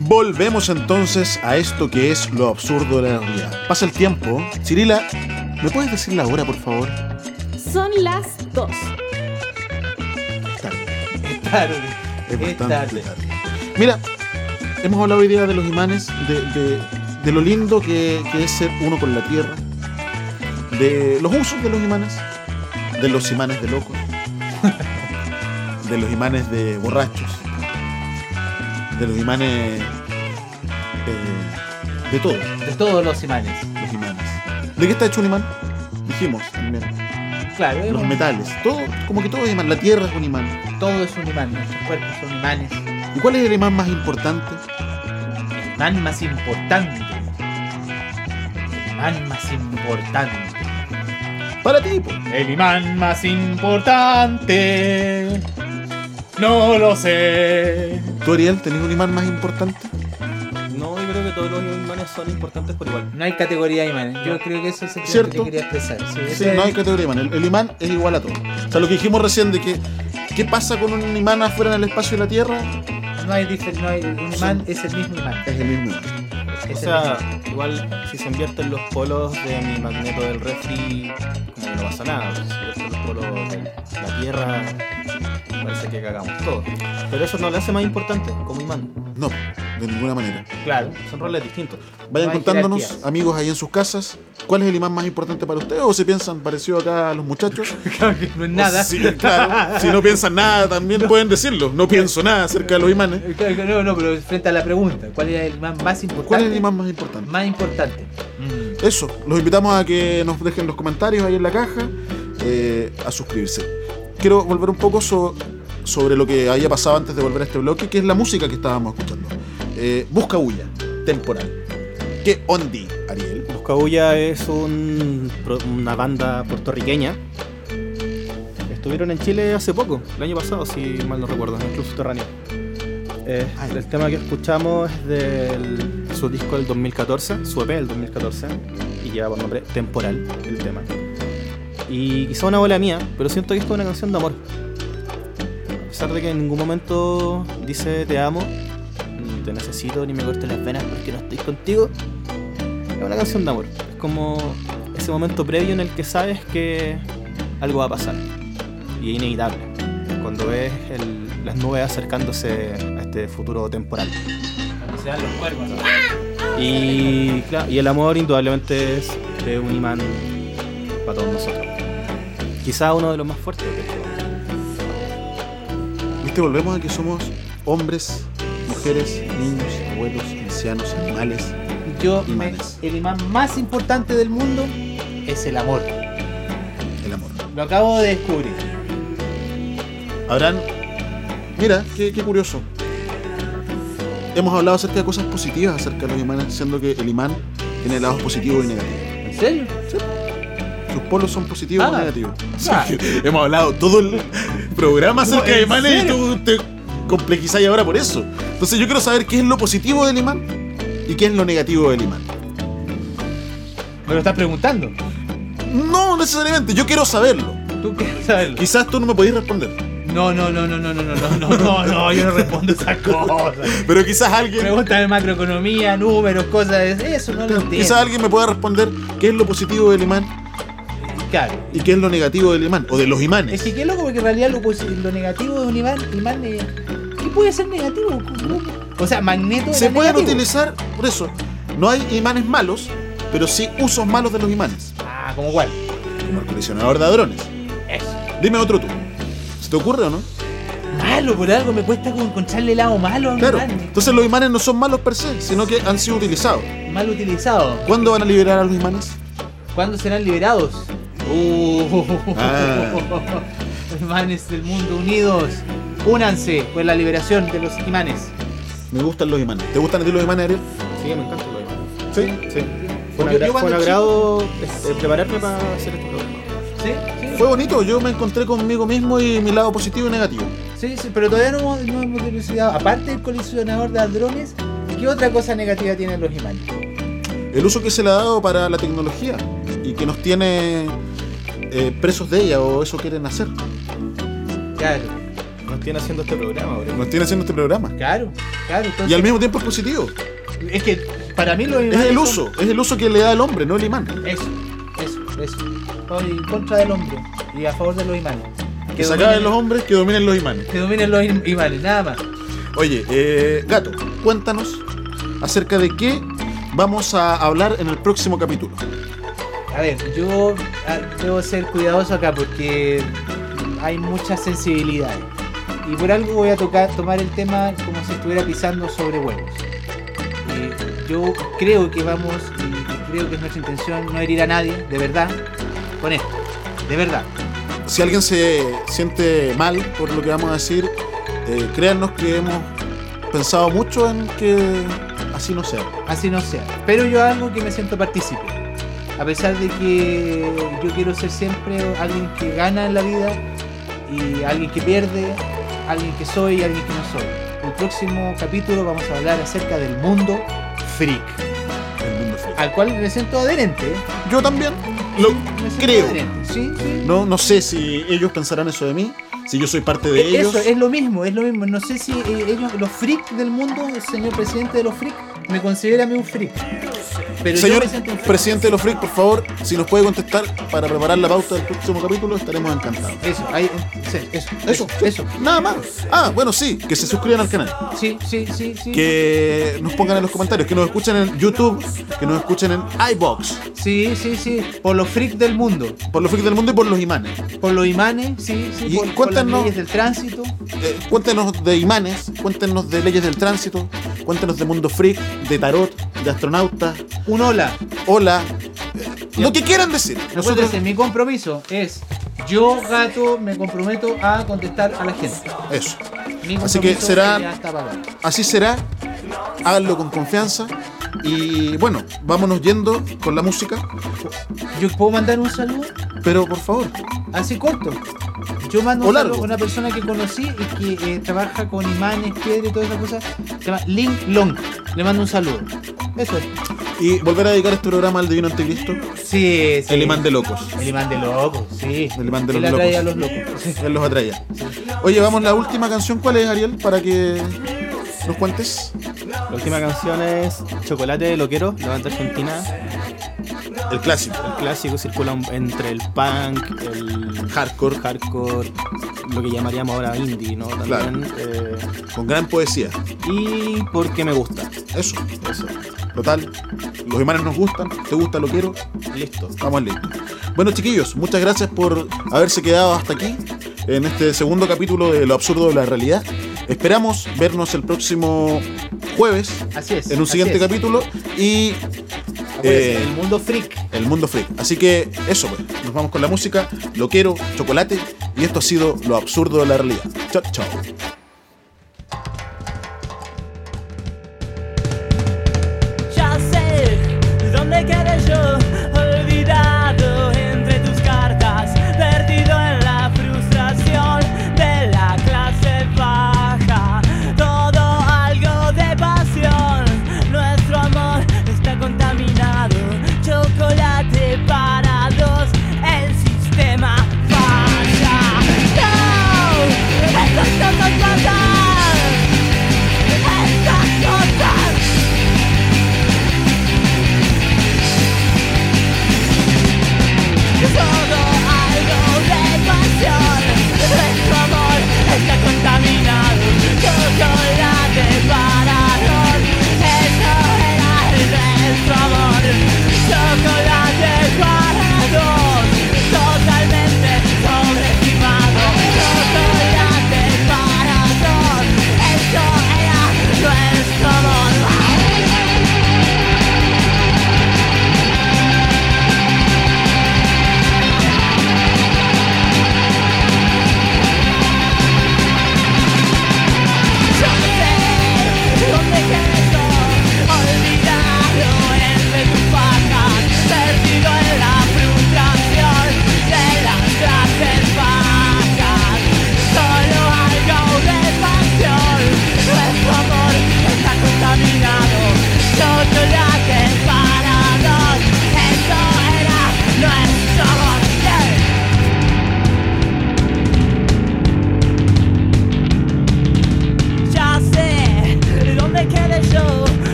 [SPEAKER 2] Volvemos entonces a esto que es lo absurdo de la realidad. Pasa el tiempo. Cirila, ¿me puedes decir la hora, por favor?
[SPEAKER 1] Son las 2.
[SPEAKER 3] Es tarde.
[SPEAKER 2] Es
[SPEAKER 3] Es
[SPEAKER 2] bastante
[SPEAKER 3] tarde.
[SPEAKER 2] tarde. Mira, hemos hablado hoy día de los imanes, de, de- de lo lindo que, que es ser uno con la tierra, de los usos de los imanes, de los imanes de locos, de los imanes de borrachos, de los imanes eh, de todo,
[SPEAKER 3] De todos los imanes.
[SPEAKER 2] los imanes. ¿De qué está hecho un imán? Dijimos también.
[SPEAKER 3] Claro, es
[SPEAKER 2] Los
[SPEAKER 3] un-
[SPEAKER 2] metales, todo, como que todo es imán, la tierra es un imán.
[SPEAKER 3] todo es un imán. Nuestros cuerpos son imanes. El
[SPEAKER 2] ¿Y cuál es el imán más importante?
[SPEAKER 3] imán más importante. El imán más importante.
[SPEAKER 2] Para ti, pues. po.
[SPEAKER 3] El imán más importante. No lo sé.
[SPEAKER 2] ¿Tú, Ariel, tenés un imán más importante?
[SPEAKER 4] No, yo creo que todos los imanes son importantes por igual.
[SPEAKER 3] No hay categoría de imanes. Yo creo que eso es lo que
[SPEAKER 2] Cierto.
[SPEAKER 3] te quería expresar. Sí,
[SPEAKER 2] Sí,
[SPEAKER 3] ese-
[SPEAKER 2] no hay categoría de imán. El, el imán es igual a todo. O sea, lo que dijimos recién de que qué pasa con un imán afuera en el espacio de la Tierra
[SPEAKER 3] no hay difer- no hay- un imán es el mismo imán.
[SPEAKER 2] es el mismo. imán.
[SPEAKER 3] Es
[SPEAKER 4] O
[SPEAKER 3] el
[SPEAKER 4] sea, igual si se invierten los polos de mi magneto del refri, como que no pasa nada. Si se invierten los polos de la Tierra, parece que cagamos todo. Pero eso no le hace más importante, como imán.
[SPEAKER 2] No, de ninguna manera.
[SPEAKER 4] Claro, son roles distintos.
[SPEAKER 2] Vayan
[SPEAKER 3] No hay
[SPEAKER 2] contándonos,
[SPEAKER 3] jerarquías.
[SPEAKER 2] amigos ahí en sus casas, ¿cuál es el imán más importante para ustedes? ¿O se piensan parecido acá a los muchachos?
[SPEAKER 3] mismo. no es nada.
[SPEAKER 2] O si- oh, claro, si no piensan nada, también pueden decirlo. No pienso nada acerca de los imanes.
[SPEAKER 3] Eh, claro que No, no, pero frente a la pregunta, ¿cuál era el imán más importante?
[SPEAKER 2] ¿Cuál es el imán más importante?
[SPEAKER 3] más importante?
[SPEAKER 2] Eso, los invitamos a que nos dejen los comentarios ahí en la caja, eh, a suscribirse. Quiero volver un poco so- sobre lo que había pasado antes de volver a este bloque, que es la música que estábamos escuchando. Eh, Busca Bulla, temporal. ¿Qué ondi, Ariel?
[SPEAKER 4] Buscabulla es un, pro- una banda puertorriqueña. Estuvieron en Chile hace poco, el año pasado, si mal no recuerdo, en el Club Subterráneo. Eh,
[SPEAKER 2] Ay.
[SPEAKER 4] el tema que escuchamos es del- su disco del 2014, su EP del 2014, y lleva por nombre Temporal el tema. Y quizá una bola mía, pero siento que esto es una canción de amor. A pesar de que en ningún momento dice te amo, ni te necesito, ni me cortes las venas porque no estoy contigo, es una canción de amor. Es como ese momento previo en el que sabes que algo va a pasar. Y es inevitable. Cuando ves el- las nubes acercándose a este futuro temporal.
[SPEAKER 3] Se dan los cuernos.
[SPEAKER 4] Y, claro, y el amor indudablemente es de un imán para todos nosotros. Quizá uno de los más fuertes. de hecho.
[SPEAKER 2] Viste, volvemos a que somos hombres, mujeres, niños, abuelos, ancianos, animales.
[SPEAKER 3] Yo, me-
[SPEAKER 2] Imanes.
[SPEAKER 3] el imán más importante del mundo es el amor.
[SPEAKER 2] El amor.
[SPEAKER 3] Lo acabo de descubrir.
[SPEAKER 2] Habrán. Mira, qué, qué curioso. Hemos hablado acerca de cosas positivas acerca de los imanes, siendo que el imán tiene lados positivos y negativos.
[SPEAKER 3] ¿En serio?
[SPEAKER 2] Sus polos son positivos
[SPEAKER 3] Ah.
[SPEAKER 2] o negativos.
[SPEAKER 3] Ah.
[SPEAKER 2] Hemos hablado todo el programa acerca
[SPEAKER 3] No, ¿en
[SPEAKER 2] de imanes y
[SPEAKER 3] serio?
[SPEAKER 2] tú te complejizáis ahora por eso. Entonces yo quiero saber qué es lo positivo del imán y qué es lo negativo del imán.
[SPEAKER 3] ¿Me lo estás preguntando?
[SPEAKER 2] No necesariamente, yo quiero saberlo.
[SPEAKER 3] ¿Tú quieres saberlo?
[SPEAKER 2] Quizás tú no me podís responder,
[SPEAKER 3] No, no, no, no, no, no, no, no, no, no, no, yo no respondo esas cosas.
[SPEAKER 2] pero quizás alguien,
[SPEAKER 3] Preguntas de macroeconomía, números, cosas de eso, no lo
[SPEAKER 2] quizás
[SPEAKER 3] entiendo.
[SPEAKER 2] alguien me pueda responder qué es lo positivo del imán
[SPEAKER 3] Claro.
[SPEAKER 2] y qué es lo negativo del imán o de los
[SPEAKER 3] Es
[SPEAKER 2] imanes.
[SPEAKER 3] que qué loco, porque en realidad lo, posi- lo negativo de un imán, imán eh, ¿qué puede ser negativo? ¿Cómo? O sea, magneto
[SPEAKER 2] Se
[SPEAKER 3] era
[SPEAKER 2] pueden
[SPEAKER 3] negativo.
[SPEAKER 2] utilizar, por eso, no hay imanes malos, pero sí usos malos de los imanes,
[SPEAKER 3] Ah, como cuál.
[SPEAKER 2] como el coleccionador de hadrones.
[SPEAKER 3] Eso.
[SPEAKER 2] Dime otro tú. ¿Se te ocurre o no?
[SPEAKER 3] Malo, por algo me cuesta como encontrarle el lado malo a un
[SPEAKER 2] Claro.
[SPEAKER 3] imán.
[SPEAKER 2] Entonces los imanes no son malos per se, sino que han sido utilizados.
[SPEAKER 3] Mal utilizado.
[SPEAKER 2] ¿Cuándo van a liberar a los imanes?
[SPEAKER 3] ¿Cuándo serán liberados? Uh,
[SPEAKER 2] Ah.
[SPEAKER 3] Imanes del mundo unidos. Únanse por la liberación de los imanes.
[SPEAKER 2] Me gustan los imanes. ¿Te gustan a ti los imanes, Ariel?
[SPEAKER 4] Sí, me encanta lo demás.
[SPEAKER 2] Sí.
[SPEAKER 4] Sí. Fue un
[SPEAKER 2] Yo- yo
[SPEAKER 4] agra-
[SPEAKER 2] cuando
[SPEAKER 4] fue un
[SPEAKER 2] chico-
[SPEAKER 4] agrado este, prepararme para hacer este programa.
[SPEAKER 3] ¿Sí? sí.
[SPEAKER 2] Fue bonito, yo me encontré conmigo mismo y mi lado positivo y negativo.
[SPEAKER 3] Sí, sí, pero todavía no hemos, no hemos dilucidado. Aparte del colisionador de hadrones, ¿qué otra cosa negativa tienen los imanes?
[SPEAKER 2] El uso que se le ha dado para la tecnología y que nos tiene eh, presos de ella o eso quieren hacer.
[SPEAKER 3] Claro.
[SPEAKER 4] Nos nos tiene haciendo este programa, bro.
[SPEAKER 2] Nos tiene haciendo este programa.
[SPEAKER 3] Claro, claro. Entonces,
[SPEAKER 2] Y al mismo tiempo es positivo.
[SPEAKER 3] Es que para mí los
[SPEAKER 2] Es
[SPEAKER 3] imanes
[SPEAKER 2] el
[SPEAKER 3] son-
[SPEAKER 2] uso, es el uso que le da el hombre, no el imán.
[SPEAKER 3] Eso, eso, eso. Estoy en contra del hombre y a favor de los imanes.
[SPEAKER 2] Que se acaben los hombres, que dominen los imanes.
[SPEAKER 3] Que dominen los im- imanes, nada más.
[SPEAKER 2] Oye, eh, gato, cuéntanos acerca de qué vamos a hablar en el próximo capítulo.
[SPEAKER 3] A ver, yo ah, debo ser cuidadoso acá porque hay muchas sensibilidades. Y por algo voy a tocar, tomar el tema como si estuviera pisando sobre huevos. Eh, yo creo que vamos, y, y creo que es nuestra intención no herir a nadie, de verdad, con esto, de verdad.
[SPEAKER 2] Si alguien se siente mal por lo que vamos a decir, eh, créannos que hemos pensado mucho en que así no sea.
[SPEAKER 3] así no sea. Pero yo algo que me siento partícipe. A pesar de que yo quiero ser siempre alguien que gana en la vida y alguien que pierde, alguien que soy y alguien que no soy. En el próximo capítulo vamos a hablar acerca del mundo freak,
[SPEAKER 2] El mundo freak.
[SPEAKER 3] al cual me siento adherente.
[SPEAKER 2] Yo también lo
[SPEAKER 3] Me siento
[SPEAKER 2] creo.
[SPEAKER 3] adherente, Sí, sí.
[SPEAKER 2] No, no sé si ellos pensarán eso de mí, si yo soy parte de
[SPEAKER 3] E-
[SPEAKER 2] ellos.
[SPEAKER 3] Eso es lo mismo, es lo mismo. No sé si eh, ellos, los freaks del mundo, el señor presidente de los freaks, me considera a mí un freak. Pero yo
[SPEAKER 2] Señor
[SPEAKER 3] me siento un freak.
[SPEAKER 2] presidente de los Freaks, por favor, si nos puede contestar para preparar la pauta del próximo capítulo, estaremos encantados.
[SPEAKER 3] Eso, ahí, eh, sí, eso,
[SPEAKER 2] Eso, eso, nada más. Ah, bueno, sí, que se suscriban al canal,
[SPEAKER 3] Sí, sí, sí, sí.
[SPEAKER 2] que nos pongan en los comentarios, que nos escuchen en YouTube, que nos escuchen en iBox,
[SPEAKER 3] Sí, sí, sí. Por los freaks del mundo.
[SPEAKER 2] por los freaks del mundo y por los imanes.
[SPEAKER 3] Por los imanes, sí, sí.
[SPEAKER 2] Y
[SPEAKER 3] por, por las
[SPEAKER 2] cuéntanos-
[SPEAKER 3] leyes del tránsito.
[SPEAKER 2] Eh, cuéntenos de imanes, cuéntenos de leyes del tránsito, cuéntenos de mundo freak, de tarot, de astronautas,
[SPEAKER 3] Un hola.
[SPEAKER 2] hola, eh, lo que quieran decir. Nosotros,
[SPEAKER 3] Acuérdense, mi compromiso es. Yo, gato, me comprometo a contestar a la gente.
[SPEAKER 2] eso. Así
[SPEAKER 3] Mi compromiso
[SPEAKER 2] que será-
[SPEAKER 3] ya está pagado.
[SPEAKER 2] Así será, háganlo con confianza. Y bueno, vámonos yendo con la música,
[SPEAKER 3] Yo puedo mandar un saludo
[SPEAKER 2] pero por favor,
[SPEAKER 3] así corto. Yo mando
[SPEAKER 2] O
[SPEAKER 3] un saludo
[SPEAKER 2] largo.
[SPEAKER 3] a una persona que conocí y que eh, trabaja con imanes, piedra y todas esas cosas. Se llama Link Long. Le mando un saludo. Eso es.
[SPEAKER 2] y volver a dedicar este programa al Divino Anticristo,
[SPEAKER 3] Sí, sí.
[SPEAKER 2] el imán de locos.
[SPEAKER 3] El imán de locos, sí.
[SPEAKER 2] El imán de
[SPEAKER 3] Él
[SPEAKER 2] los
[SPEAKER 3] atrae a
[SPEAKER 2] locos.
[SPEAKER 3] los locos.
[SPEAKER 2] Él los atraía. Oye, vamos, la última canción, ¿cuál es, Ariel? Para que nos cuentes.
[SPEAKER 4] La última canción es Chocolate Loquero, la banda argentina.
[SPEAKER 2] El clásico.
[SPEAKER 4] El clásico circula un- entre el punk, el
[SPEAKER 2] Hardcore.
[SPEAKER 4] hardcore, lo que llamaríamos ahora indie, ¿no? También. eh,
[SPEAKER 2] Con gran poesía.
[SPEAKER 4] y porque me gusta.
[SPEAKER 2] Eso.
[SPEAKER 4] Eso.
[SPEAKER 2] Total. Los imanes nos gustan. ¿Te gusta lo quiero?
[SPEAKER 4] Listo.
[SPEAKER 2] Estamos listos. Bueno, chiquillos, muchas gracias por haberse quedado hasta aquí en este segundo capítulo de Lo absurdo de la realidad. Esperamos vernos el próximo jueves
[SPEAKER 3] Así es.
[SPEAKER 2] en un
[SPEAKER 3] así
[SPEAKER 2] siguiente
[SPEAKER 3] es.
[SPEAKER 2] capítulo y
[SPEAKER 3] Acuérdense,
[SPEAKER 2] eh,
[SPEAKER 3] el mundo freak.
[SPEAKER 2] el mundo freak. Así que eso, pues. Nos vamos con la música. Lo quiero, chocolate. Y esto ha sido Lo absurdo de la realidad. Chao, chao.
[SPEAKER 6] Ya sé dónde quedé yo, olvidado entre tus cartas, perdido en la frustración de la clase baja. Todo algo de pasión, nuestro amor está contaminado. Chocolate para dos, el sistema falla. No, estas cosas pasan, estas cosas.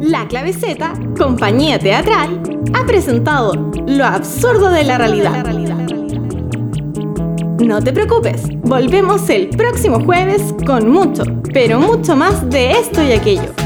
[SPEAKER 1] La clave Z, compañía teatral, ha presentado Lo absurdo de la realidad. No te preocupes, volvemos el próximo jueves con mucho, pero mucho más de esto y aquello.